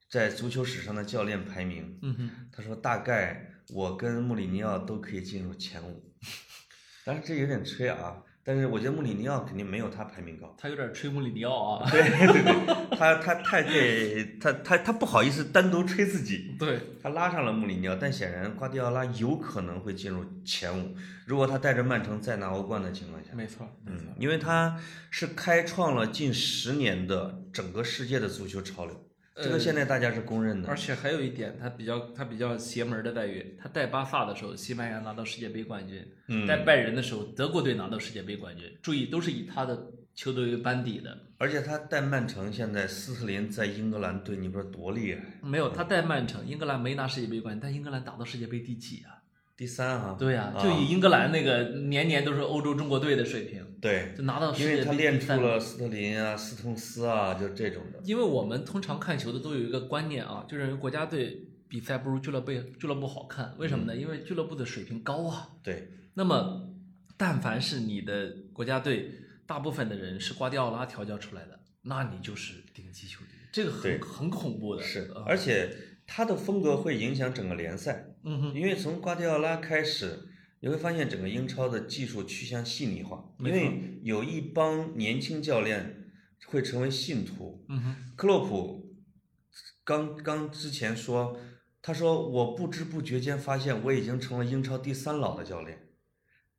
S1: 在足球史上的教练排名，
S2: 嗯哼，
S1: 他说大概我跟穆里尼奥都可以进入前五， *laughs* 当然这有点吹啊，但是我觉得穆里尼奥肯定没有他排名高。
S2: 他有点吹穆里尼奥
S1: *laughs*
S2: 啊。
S1: 对对对，他他太给他他他不好意思单独吹自己，
S2: 对，
S1: 他拉上了穆里尼奥，但显然瓜迪奥拉有可能会进入前五，如果他带着曼城再拿欧冠的情况下，
S2: 没错，没错
S1: 嗯，。因为他是开创了近十年的整个世界的足球潮流，这个
S2: 呃
S1: 现在大家是公认的。
S2: 而且还有一点，他比较他比较邪门的待遇，他带巴萨的时候，西班牙拿到世界杯冠军；
S1: 嗯
S2: 带拜仁的时候，德国队拿到世界杯冠军。注意，都是以他的球队为班底的，
S1: 而且他带曼城，现在斯特林在英格兰队，你说多厉害？
S2: 没有他带曼城，英格兰没拿世界杯冠军，但英格兰打到世界杯第几啊？
S1: 第三啊，
S2: 对呀、就以英格兰那个年年都是欧洲中国队的水平，
S1: 对，
S2: 就拿到世
S1: 因为
S2: 界
S1: 他
S2: 杯
S1: 练
S2: 第
S1: 出
S2: 三。
S1: 了斯特林啊、斯通斯啊，就这种的。
S2: 因为我们通常看球的都有一个观念啊，就认为国家队比赛不如俱乐部俱乐部好看，为什
S1: 嗯
S2: 么呢？因为俱乐部的水平高啊。
S1: 对，
S2: 那么，但凡是你的国家队，大部分的人是瓜迪奥拉调教出来的，那你就是顶级球队，这个
S1: 对
S2: 很很恐怖的。
S1: 是
S2: 嗯，
S1: 而且他的风格会影响整个联赛，
S2: 嗯哼，
S1: 因为从瓜迪奥拉开始，你会发现整个英超的技术趋向细腻化，因
S2: 没错
S1: 为有一帮年轻教练会成为信徒，
S2: 嗯哼，
S1: 克洛普刚刚之前说，他说我不知不觉间发现我已经成了英超第三老的教练。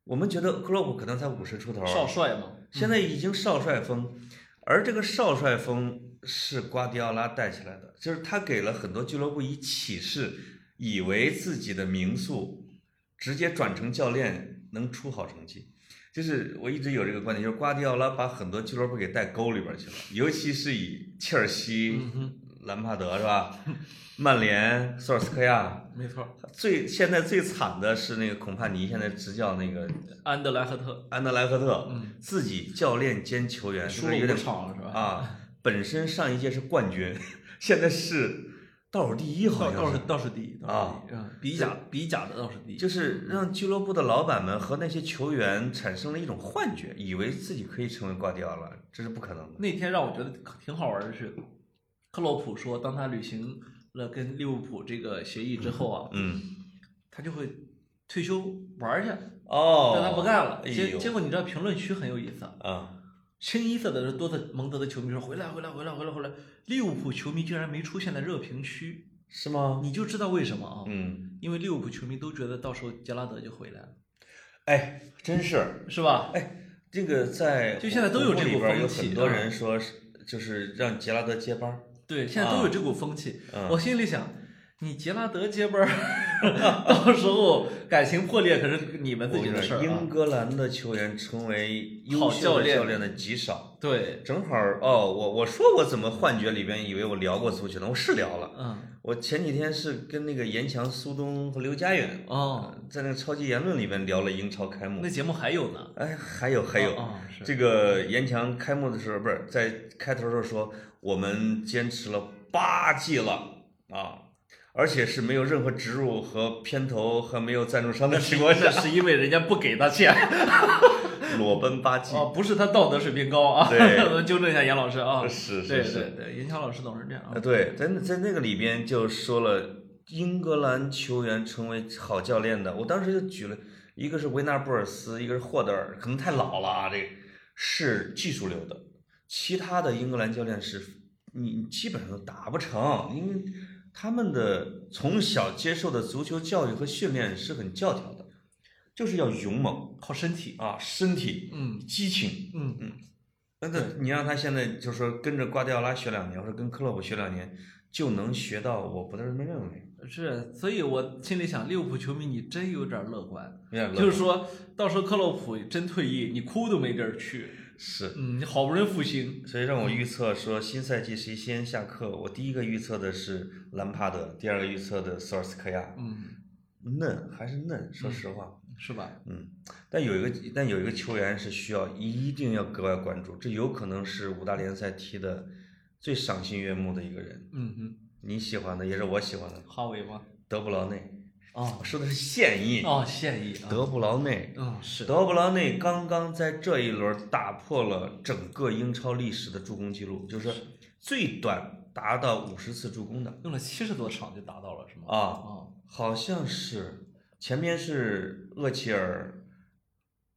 S1: 我们觉得克洛普可能才五十出头，
S2: 少帅嘛，
S1: 现在已经少帅风，而这个少帅风是瓜迪奥拉带起来的，就是他给了很多俱乐部以启示，以为自己的名宿直接转成教练能出好成绩。就是我一直有这个观点，就是瓜迪奥拉把很多俱乐部给带沟里边去了，尤其是以切尔西、
S2: 嗯哼，
S1: 兰帕德是吧？曼联、索尔斯克亚，
S2: 没错，
S1: 最现在最惨的是那个孔帕尼现在执教那个
S2: 安德莱赫特
S1: 安德莱赫特，
S2: 嗯
S1: 自己教练兼球员，是
S2: 输
S1: 不是
S2: 了
S1: 有
S2: 五
S1: 点
S2: 场了是吧？，
S1: 啊？本身上一届是冠军， *laughs* 现在是倒数第一，好
S2: 倒倒
S1: 像
S2: 是
S1: 是。
S2: 倒数第一，倒
S1: 啊
S2: 数第一，嗯，比甲比甲的倒数第一，
S1: 就是让俱乐部的老板们和那些球员产生了一种幻觉，以为自己可以成为瓜迪奥拉，这是不可能的。
S2: 那天让我觉得挺好玩的是，克洛普说，当他履行了跟利物浦这个协议之后啊，
S1: 嗯，
S2: 他就会退休玩去，
S1: 哦，
S2: 但他不干了。
S1: 哎
S2: 结
S1: 呦
S2: 结果你知道评论区很有意思啊，
S1: 啊，
S2: 清一色的多特蒙德的球迷说回来回来回来回来回来，利物浦球迷居然没出现在热评区，
S1: 是吗？
S2: 你就知道为什么啊？
S1: 嗯，
S2: 因为利物浦球迷都觉得到时候杰拉德就回来了，
S1: 哎，真是，
S2: 是吧？
S1: 哎，这个在
S2: 就现在都有这股
S1: 里边有
S2: 风气
S1: 很多
S2: 啊
S1: 人说是，就是让杰拉德接班儿。
S2: 对，现在都有这股风气。
S1: 啊嗯
S2: 我心里想，你杰拉德接班儿， *laughs* 到时候感情破裂可是你们自己的事儿、啊。
S1: 英格兰的球员成为优
S2: 好教
S1: 秀的
S2: 练
S1: 教练的极少，
S2: 对，
S1: 正好哦，我我说我怎么幻觉里边以为我聊过足球呢？我是聊了，
S2: 嗯，
S1: 我前几天是跟那个严强、苏东和刘佳远
S2: 哦，
S1: 在那个超级言论里边聊了英超开幕
S2: 那。节目还有呢，
S1: 哎，还有嗯还有，
S2: 哦哦是
S1: 这个严强开幕的时候不是在开头的时候说我们坚持了八季了啊，而且是没有任何植入和片头和没有赞助商的情况
S2: 那
S1: 下
S2: 是因为人家不给他钱。
S1: 裸奔八季。
S2: 哦，不是他道德水平高啊，
S1: 对
S2: *laughs* 我纠正一下严老师啊，
S1: *laughs* 是是
S2: 对
S1: 是
S2: 对对，严强老师总是这样啊
S1: 啊，，对，在那在那个里边就说了，英格兰球员成为好教练的，我当时就举了一个是维纳布尔斯，一个是霍德尔，可能太老了啊，这个是技术流的，其他的英格兰教练是你你基本上都达不成，因为他们的从小接受的足球教育和训练是很教条的，就是要勇猛
S2: 靠身体，
S1: 啊，身体、
S2: 嗯
S1: 激情，
S2: 嗯，
S1: 那他你让他现在就说跟着瓜迪奥拉学两年，或者跟克洛普学两年，就能学到，我不太这么认为。
S2: 是，所以我心里想，利物浦球迷你真有点乐观，
S1: 有点乐
S2: 就是说到时候克洛普真退役，你哭都没地儿去，
S1: 是，
S2: 嗯，你好不容易复兴，
S1: 所以让我预测说新赛季谁先下课，我第一个预测的是兰帕德，第二个预测的索尔斯克亚。
S2: 嗯，
S1: 嫩还是嫩，说实话，
S2: 是吧？
S1: 嗯，但有一个但有一个球员是需要一定要格外关注，这有可能是五大联赛踢的最赏心悦目的一个人，
S2: 嗯嗯，
S1: 你喜欢的也是我喜欢的
S2: 哈维吗？
S1: 德布劳内，
S2: 哦
S1: 我说的是现役，
S2: 哦，现役啊，
S1: 德布劳内，
S2: 嗯是，
S1: 德布劳内刚刚在这一轮打破了整个英超历史的助攻记录，就是最短达到五十次助攻的
S2: 用了七十多场就达到了是吗？
S1: 啊，
S2: 哦，
S1: 好像是前面是厄齐尔、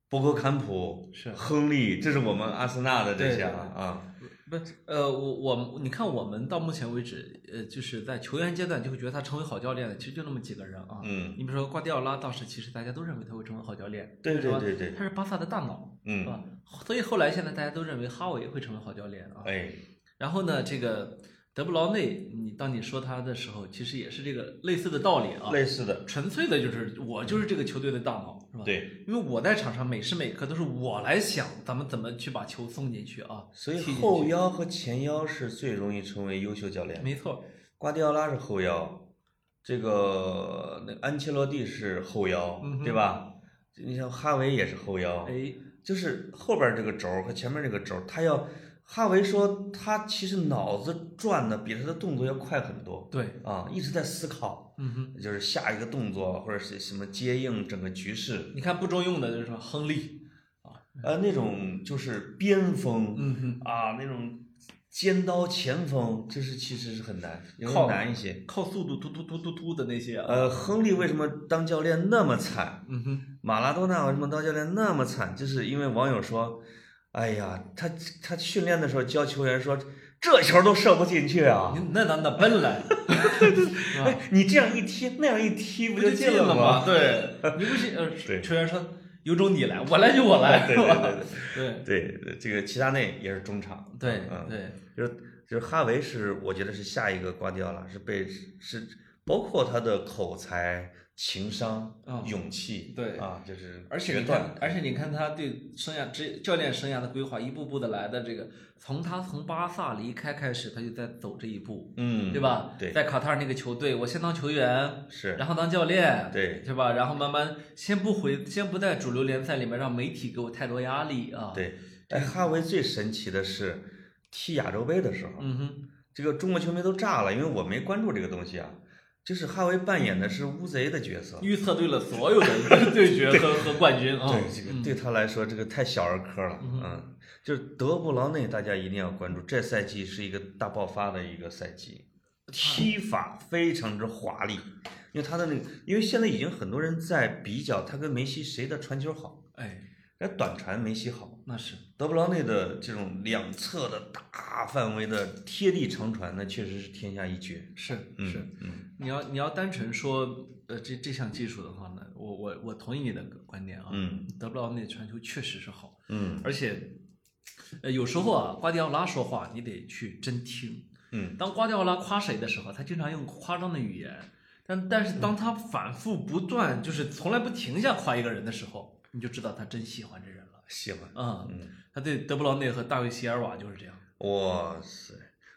S1: 博格坎普、
S2: 是
S1: 亨利，这是我们阿森纳的这些啊啊，
S2: 不，呃，我我们你看，我们到目前为止，呃，就是在球员阶段就会觉得他成为好教练的，其实就那么几个人啊。
S1: 嗯，
S2: 你比如说瓜迪奥拉，当时其实大家都认为他会成为好教练，
S1: 对对
S2: 是吧
S1: 对对
S2: 他是巴萨的大脑，是
S1: 嗯，
S2: 吧？所以后来现在大家都认为哈维会成为好教练啊。
S1: 哎，
S2: 然后呢，这个德布劳内，你当你说他的时候，其实也是这个类似的道理啊，
S1: 类似的，
S2: 纯粹的就是我就是这个球队的大脑，是吧？，
S1: 对，
S2: 因为我在场上每时每刻都是我来想咱们怎么去把球送进去啊，
S1: 所以
S2: 踢进去
S1: 后腰和前腰是最容易成为优秀教练。
S2: 没错，
S1: 瓜迪奥拉是后腰，这个那安切洛蒂是后腰，
S2: 嗯哼
S1: 对吧？你像哈维也是后腰，
S2: 哎。
S1: 就是后边这个轴儿和前面这个轴儿，他要哈维说他其实脑子转的比他的动作要快很多
S2: 对，
S1: 啊，一直在思考，
S2: 嗯哼，
S1: 就是下一个动作或者是什么接应整个局势，
S2: 你看不中用的就是什么亨利，
S1: 呃，那种就是边锋
S2: 嗯哼，
S1: 啊，那种尖刀前锋，就是其实是很难，有点
S2: 靠
S1: 难一些。
S2: 靠速度突突突突突的那些啊，
S1: 呃，亨利为什么当教练那么惨？
S2: 嗯哼，
S1: 马拉多纳为什么当教练那么惨？就是因为网友说，哎呀，他他训练的时候教球员说，这球都射不进去啊！
S2: *laughs* 你那那那笨了，是吧 *laughs*
S1: 哎，你这样一踢，那样一踢，不
S2: 不就
S1: 进
S2: 进了
S1: 吗？
S2: 吗？对，你不信？呃，
S1: 对
S2: 球员说有种你来，我来就我来，
S1: 对
S2: 是
S1: 对
S2: *laughs* 吧？
S1: 对
S2: 对
S1: 对对，这个齐达内也是中场，
S2: 对
S1: 嗯，
S2: 对，
S1: 就是就是哈维是我觉得是下一个瓜迪奥拉，是被是包括他的口才、情商、
S2: 嗯
S1: 勇气，
S2: 对
S1: 啊，就是
S2: 而且
S1: 决
S2: 你
S1: 断
S2: 看，而且你看他对生涯职教练生涯的规划，一步步的来的这个，从他从巴萨离开开始，他就在走这一步，
S1: 嗯，
S2: 对？吧？
S1: 对
S2: 在卡塔尔那个球队，我先当球员，
S1: 是，
S2: 然后当教练，
S1: 对
S2: 对吧？然后慢慢先不回，先不在主流联赛里面让媒体给我太多压力啊。，
S1: 对，哎，哈维最神奇的是踢亚洲杯的时候，
S2: 嗯哼，
S1: 这个中国球迷都炸了，因为我没关注这个东西啊。就是哈维扮演的是乌贼的角色，
S2: 预测对了所有 *laughs* 的对决和和冠军啊。
S1: 对这个对他来说，这个太小儿科了。
S2: 嗯
S1: 嗯，就是德布劳内，大家一定要关注，这赛季是一个大爆发的一个赛季，
S2: 嗯
S1: 踢法非常之华丽，因为他的那个，因为现在已经很多人在比较他跟梅西谁的传球好，
S2: 哎，
S1: 人家短传梅西好，
S2: 那是
S1: 德布劳内的这种两侧的大范围的贴地长传，那确实是天下一绝。
S2: 是
S1: 嗯
S2: 是，
S1: 嗯
S2: 你要你要单纯说呃这这项技术的话呢，我我我同意你的观点啊。
S1: 嗯
S2: 德布劳内传球确实是好，
S1: 嗯
S2: 而且呃有时候啊，瓜迪奥拉说话你得去真听。
S1: 嗯，
S2: 当瓜迪奥拉夸谁的时候，他经常用夸张的语言，但但是当他反复不断，就是从来不停下夸一个人的时候，你就知道他真喜欢这人了。
S1: 喜欢。
S2: 嗯，
S1: 嗯，
S2: 他对德布劳内和大卫席尔瓦就是这样。
S1: 哇塞，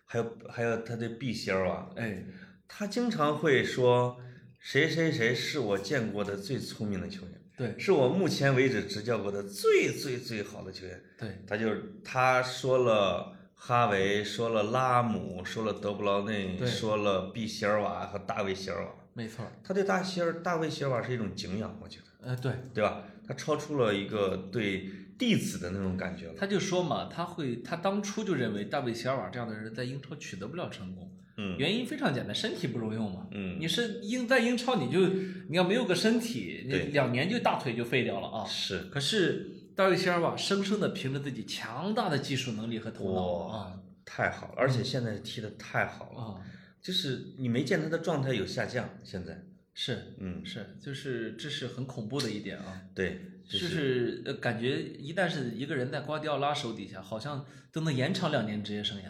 S1: 还有还有他的 B 仙儿啊，
S2: 哎，
S1: 他经常会说谁谁谁是我见过的最聪明的球员，
S2: 对
S1: 是我目前为止执教过的最最最好的球员。
S2: 对，
S1: 他就是他说了哈维，说了拉姆，说了德布劳内，
S2: 对
S1: 说了毕席尔瓦和大卫席尔瓦。
S2: 没错儿。
S1: 他对大希尔、大卫席尔瓦是一种敬仰，我觉得，
S2: 呃，对，
S1: 对吧？他超出了一个对弟子的那种感觉了。
S2: 他就说嘛，他会，他当初就认为大卫席尔瓦这样的人在英超取得不了成功，
S1: 嗯
S2: 原因非常简单，身体不中用嘛。
S1: 嗯，
S2: 你是英在英超，你就你要没有个身体，你
S1: 对
S2: 两年就大腿就废掉了啊。
S1: 是
S2: 可是大卫席尔瓦生生的凭着自己强大的技术能力和头脑
S1: 哇
S2: 啊，
S1: 太好了，而且现在踢得太好了，
S2: 啊，
S1: 就是你没见他的状态有下降，现在
S2: 是
S1: 嗯，
S2: 是，就是这是很恐怖的一点啊，
S1: 对，
S2: 就
S1: 这
S2: 是呃感觉一旦是一个人在瓜迪奥拉手底下，好像都能延长两年职业生涯。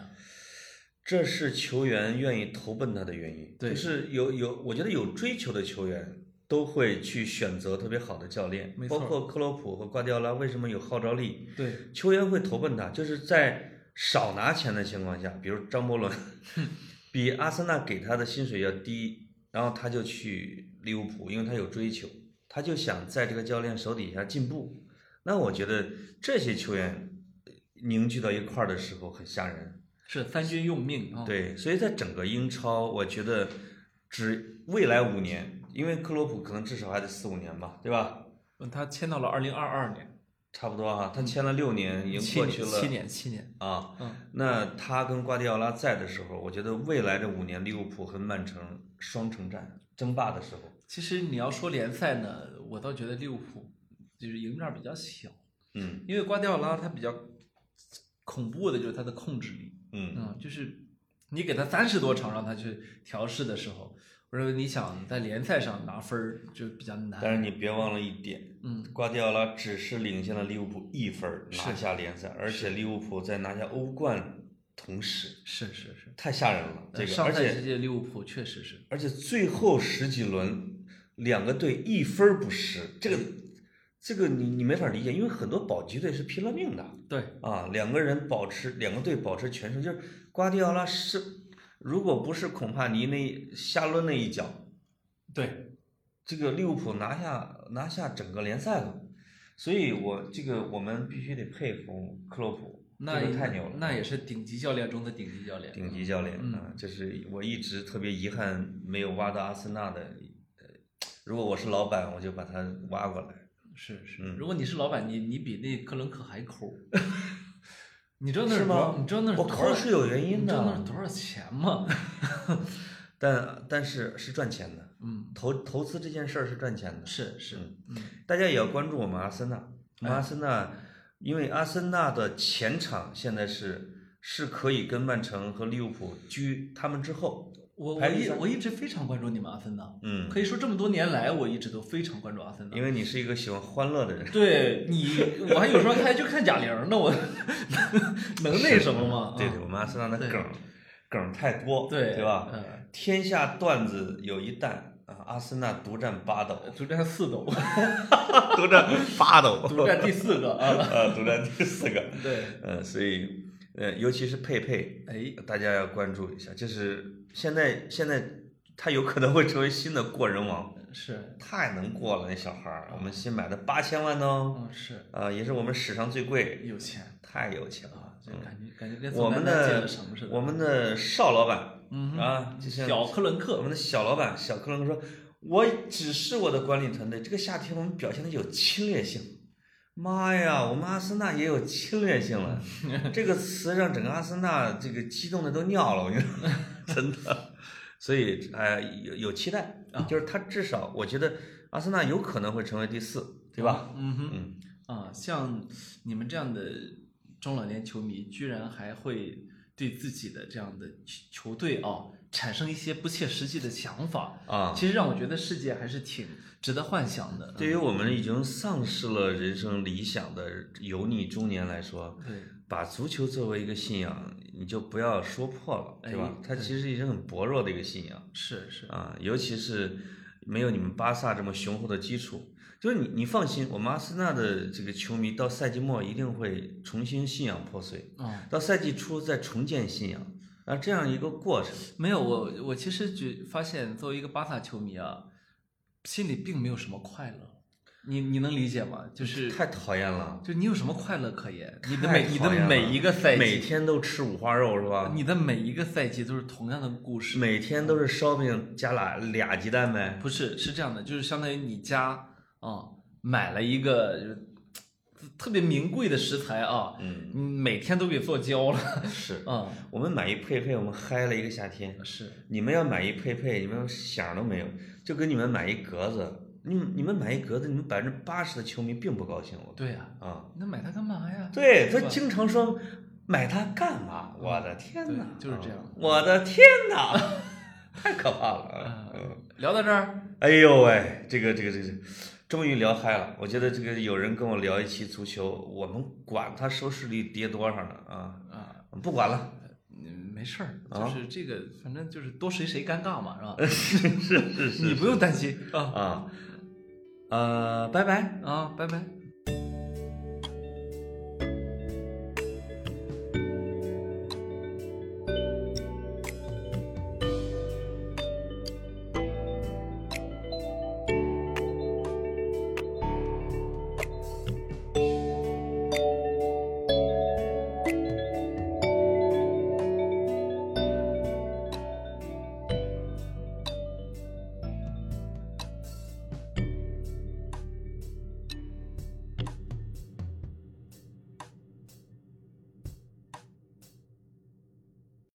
S1: 这是球员愿意投奔他的原因。
S2: 对
S1: 就是有有，我觉得有追求的球员都会去选择特别好的教练
S2: 没，
S1: 包
S2: 错
S1: 括克洛普和瓜迪奥拉为什么有号召力，
S2: 对，
S1: 球员会投奔他，就是在少拿钱的情况下，比如张伯
S2: *laughs*
S1: 伦，比阿森纳给他的薪水要低，然后他就去利物浦，因为他有追求，他就想在这个教练手底下进步。那我觉得这些球员凝聚到一块儿的时候很吓人。
S2: 是三军用命啊。，
S1: 对，所以在整个英超，我觉得只未来五年，因为克洛普可能至少还得四五年吧，对吧？
S2: 嗯他签到了二零二二年，
S1: 差不多哈、啊他签了六年，已经
S2: 七
S1: 过
S2: 年，
S1: 去了
S2: 七年，七年。
S1: 啊。
S2: 嗯，
S1: 那他跟瓜迪奥拉在的时候，我觉得未来这五年，利物浦和曼城双城战争霸的时候，
S2: 其实你要说联赛呢，我倒觉得利物浦就是赢面比较小，
S1: 嗯
S2: 因为瓜迪奥拉他比较恐怖的就是他的控制力。
S1: 嗯，
S2: 嗯，就是你给他三十多场让他去调试的时候，我认为你想在联赛上拿分儿就比较
S1: 但
S2: 难。
S1: 是你别忘了一点，
S2: 嗯，
S1: 瓜迪奥拉只是领先了利物浦一分儿拿
S2: 是
S1: 下联赛，而且利物浦在拿下欧冠同时，
S2: 是是是，
S1: 太吓人了，这
S2: 呃
S1: 个，
S2: 上
S1: 而且
S2: 赛季利物浦确实是
S1: 而且最后十几轮，两个队一分儿不失，这个这个你你没法理解，因为很多保级队是拼了命的
S2: 对
S1: 啊，两个人保持两个队保持全胜，就是瓜迪奥拉是如果不是孔帕尼那下抡那一脚，
S2: 对
S1: 这个利物浦拿下拿下整个联赛了，所以我这个我们必须得佩服克洛普，
S2: 那
S1: 这
S2: 也
S1: 个太牛了，
S2: 那也是顶级教练中的顶级教练。
S1: 顶级教练
S2: 嗯
S1: 啊，这是我一直特别遗憾没有挖到阿森纳的。呃，如果我是老板，我就把他挖过来。
S2: 是是，
S1: 嗯
S2: 如果你是老板，你你比那克伦克还
S1: *laughs*
S2: 抠。你知道那
S1: 是
S2: 多
S1: 吗
S2: 你知道那是
S1: 我
S2: 多
S1: 抠
S2: 少
S1: 是有原因
S2: 你知道
S1: 的
S2: 那
S1: 啊
S2: 是多少钱吗？ *laughs*
S1: 但但是是赚钱的，
S2: 嗯，
S1: 投投资这件事儿是赚钱的。
S2: 是是，嗯，哎
S1: 大家也要关注我们阿森纳，我们阿森纳，因为阿森纳的前场现在是是可以跟曼城和利物浦居他们之后。
S2: 我我
S1: 排第
S2: 一
S1: 三
S2: 我一直非常关注你们阿森纳，
S1: 嗯，
S2: 可以说这么多年来，我一直都非常关注阿森纳
S1: 因。为你是一个喜欢欢乐的人。
S2: *laughs* 对你，我还有时候还去看贾玲呢，我 *laughs* 能那什么
S1: *laughs*
S2: 吗？
S1: 对对，我们阿森纳的
S2: 对
S1: 梗儿梗儿太多，
S2: 对
S1: 对吧？
S2: 嗯
S1: 天下段子有一弹啊，阿森纳独占八
S2: *laughs*
S1: 斗，
S2: 独占四斗，
S1: 独占八斗，
S2: 独占第四个
S1: *laughs*
S2: 啊。
S1: 啊，独占第四个。
S2: 对，
S1: 呃，所以呃，尤其是佩佩，
S2: 哎，
S1: 大家要关注一下，就是现在现在他有可能会成为新的过人王，
S2: 是，
S1: 太能过了那小孩儿，我们新买的八千万呢、哦，
S2: 嗯，是
S1: 啊、也是我们史上最贵，
S2: 有钱
S1: 太有钱了。
S2: 啊，就感觉感觉跟
S1: 我们
S2: 宋丹丹借
S1: 的
S2: 了什么似的。
S1: 我们的邵老板、
S2: 嗯哼
S1: 啊，就像
S2: 小克伦
S1: 我
S2: 克
S1: 们的小老板小克伦克说：“我只是我的管理团队，这个夏天我们表现的有侵略性。”妈呀，我们阿森纳也有侵略性了，这个词让整个阿森纳这个激动的都尿了，我跟你说，真的。所以，哎、有有期待，就是他至少我觉得阿森纳有可能会成为第四，对吧？？
S2: 嗯哼，
S1: 嗯，
S2: 啊，像你们这样的中老年球迷，居然还会对自己的这样的球球队啊产生一些不切实际的想法
S1: 啊
S2: 其实让我觉得世界还是挺值得幻想的。
S1: 对于我们已经丧失了人生理想的油腻中年来说，
S2: 对，
S1: 把足球作为一个信仰，你就不要说破了，对吧
S2: 哎？
S1: 它其实已经很薄弱的一个信仰
S2: 是是，
S1: 啊，尤其是没有你们巴萨这么雄厚的基础。就是你，你放心，我们阿森纳的这个球迷到赛季末一定会重新信仰破碎，
S2: 嗯，
S1: 到赛季初再重建信仰，啊，这样一个过程。
S2: 没有我，我其实觉发现作为一个巴萨球迷啊，心里并没有什么快乐，你你能理解吗？就是
S1: 嗯太讨厌了，
S2: 就你有什么快乐可言？你的
S1: 太
S2: 每你
S1: 讨厌
S2: 的
S1: 了
S2: 每一个赛
S1: 每
S2: 季，
S1: 天都吃五花肉是吧？
S2: 你的每一个赛季都是同样的故事，
S1: 每天都是烧饼加俩俩鸡蛋呗。
S2: 不是，是这样的，就是相当于你家啊、买了一个就是特别名贵的食材啊， *laughs*
S1: 嗯，
S2: 你每天都给做焦了 *laughs*
S1: 是
S2: 啊、
S1: 我们买一佩佩，我们嗨了一个夏天。
S2: 是
S1: 你们要买一佩佩，你们想都没有，就跟你们买一格子，你们你们买一格子，你们百分之八十的球迷并不高兴，我
S2: 对呀、
S1: 啊，
S2: 那买它干嘛呀？
S1: 对
S2: 是
S1: 他
S2: 吧
S1: 经常说买它干嘛？我的天哪，
S2: 对就是这样
S1: 啊我的天哪， *laughs* 太可怕了啊！
S2: 啊
S1: 嗯。，
S2: 聊到这儿，
S1: 哎呦喂，这个这个这个，终于聊嗨了。我觉得这个有人跟我聊一期足球，我们管他收视率跌多少呢啊，
S2: 啊，
S1: 不管了。
S2: 嗯，没事儿，
S1: 啊
S2: 就是这个，反正就是多谁谁尴尬嘛，是吧？
S1: 是是是，
S2: 你不用担心啊
S1: 啊，呃，拜拜。
S2: 啊，拜拜。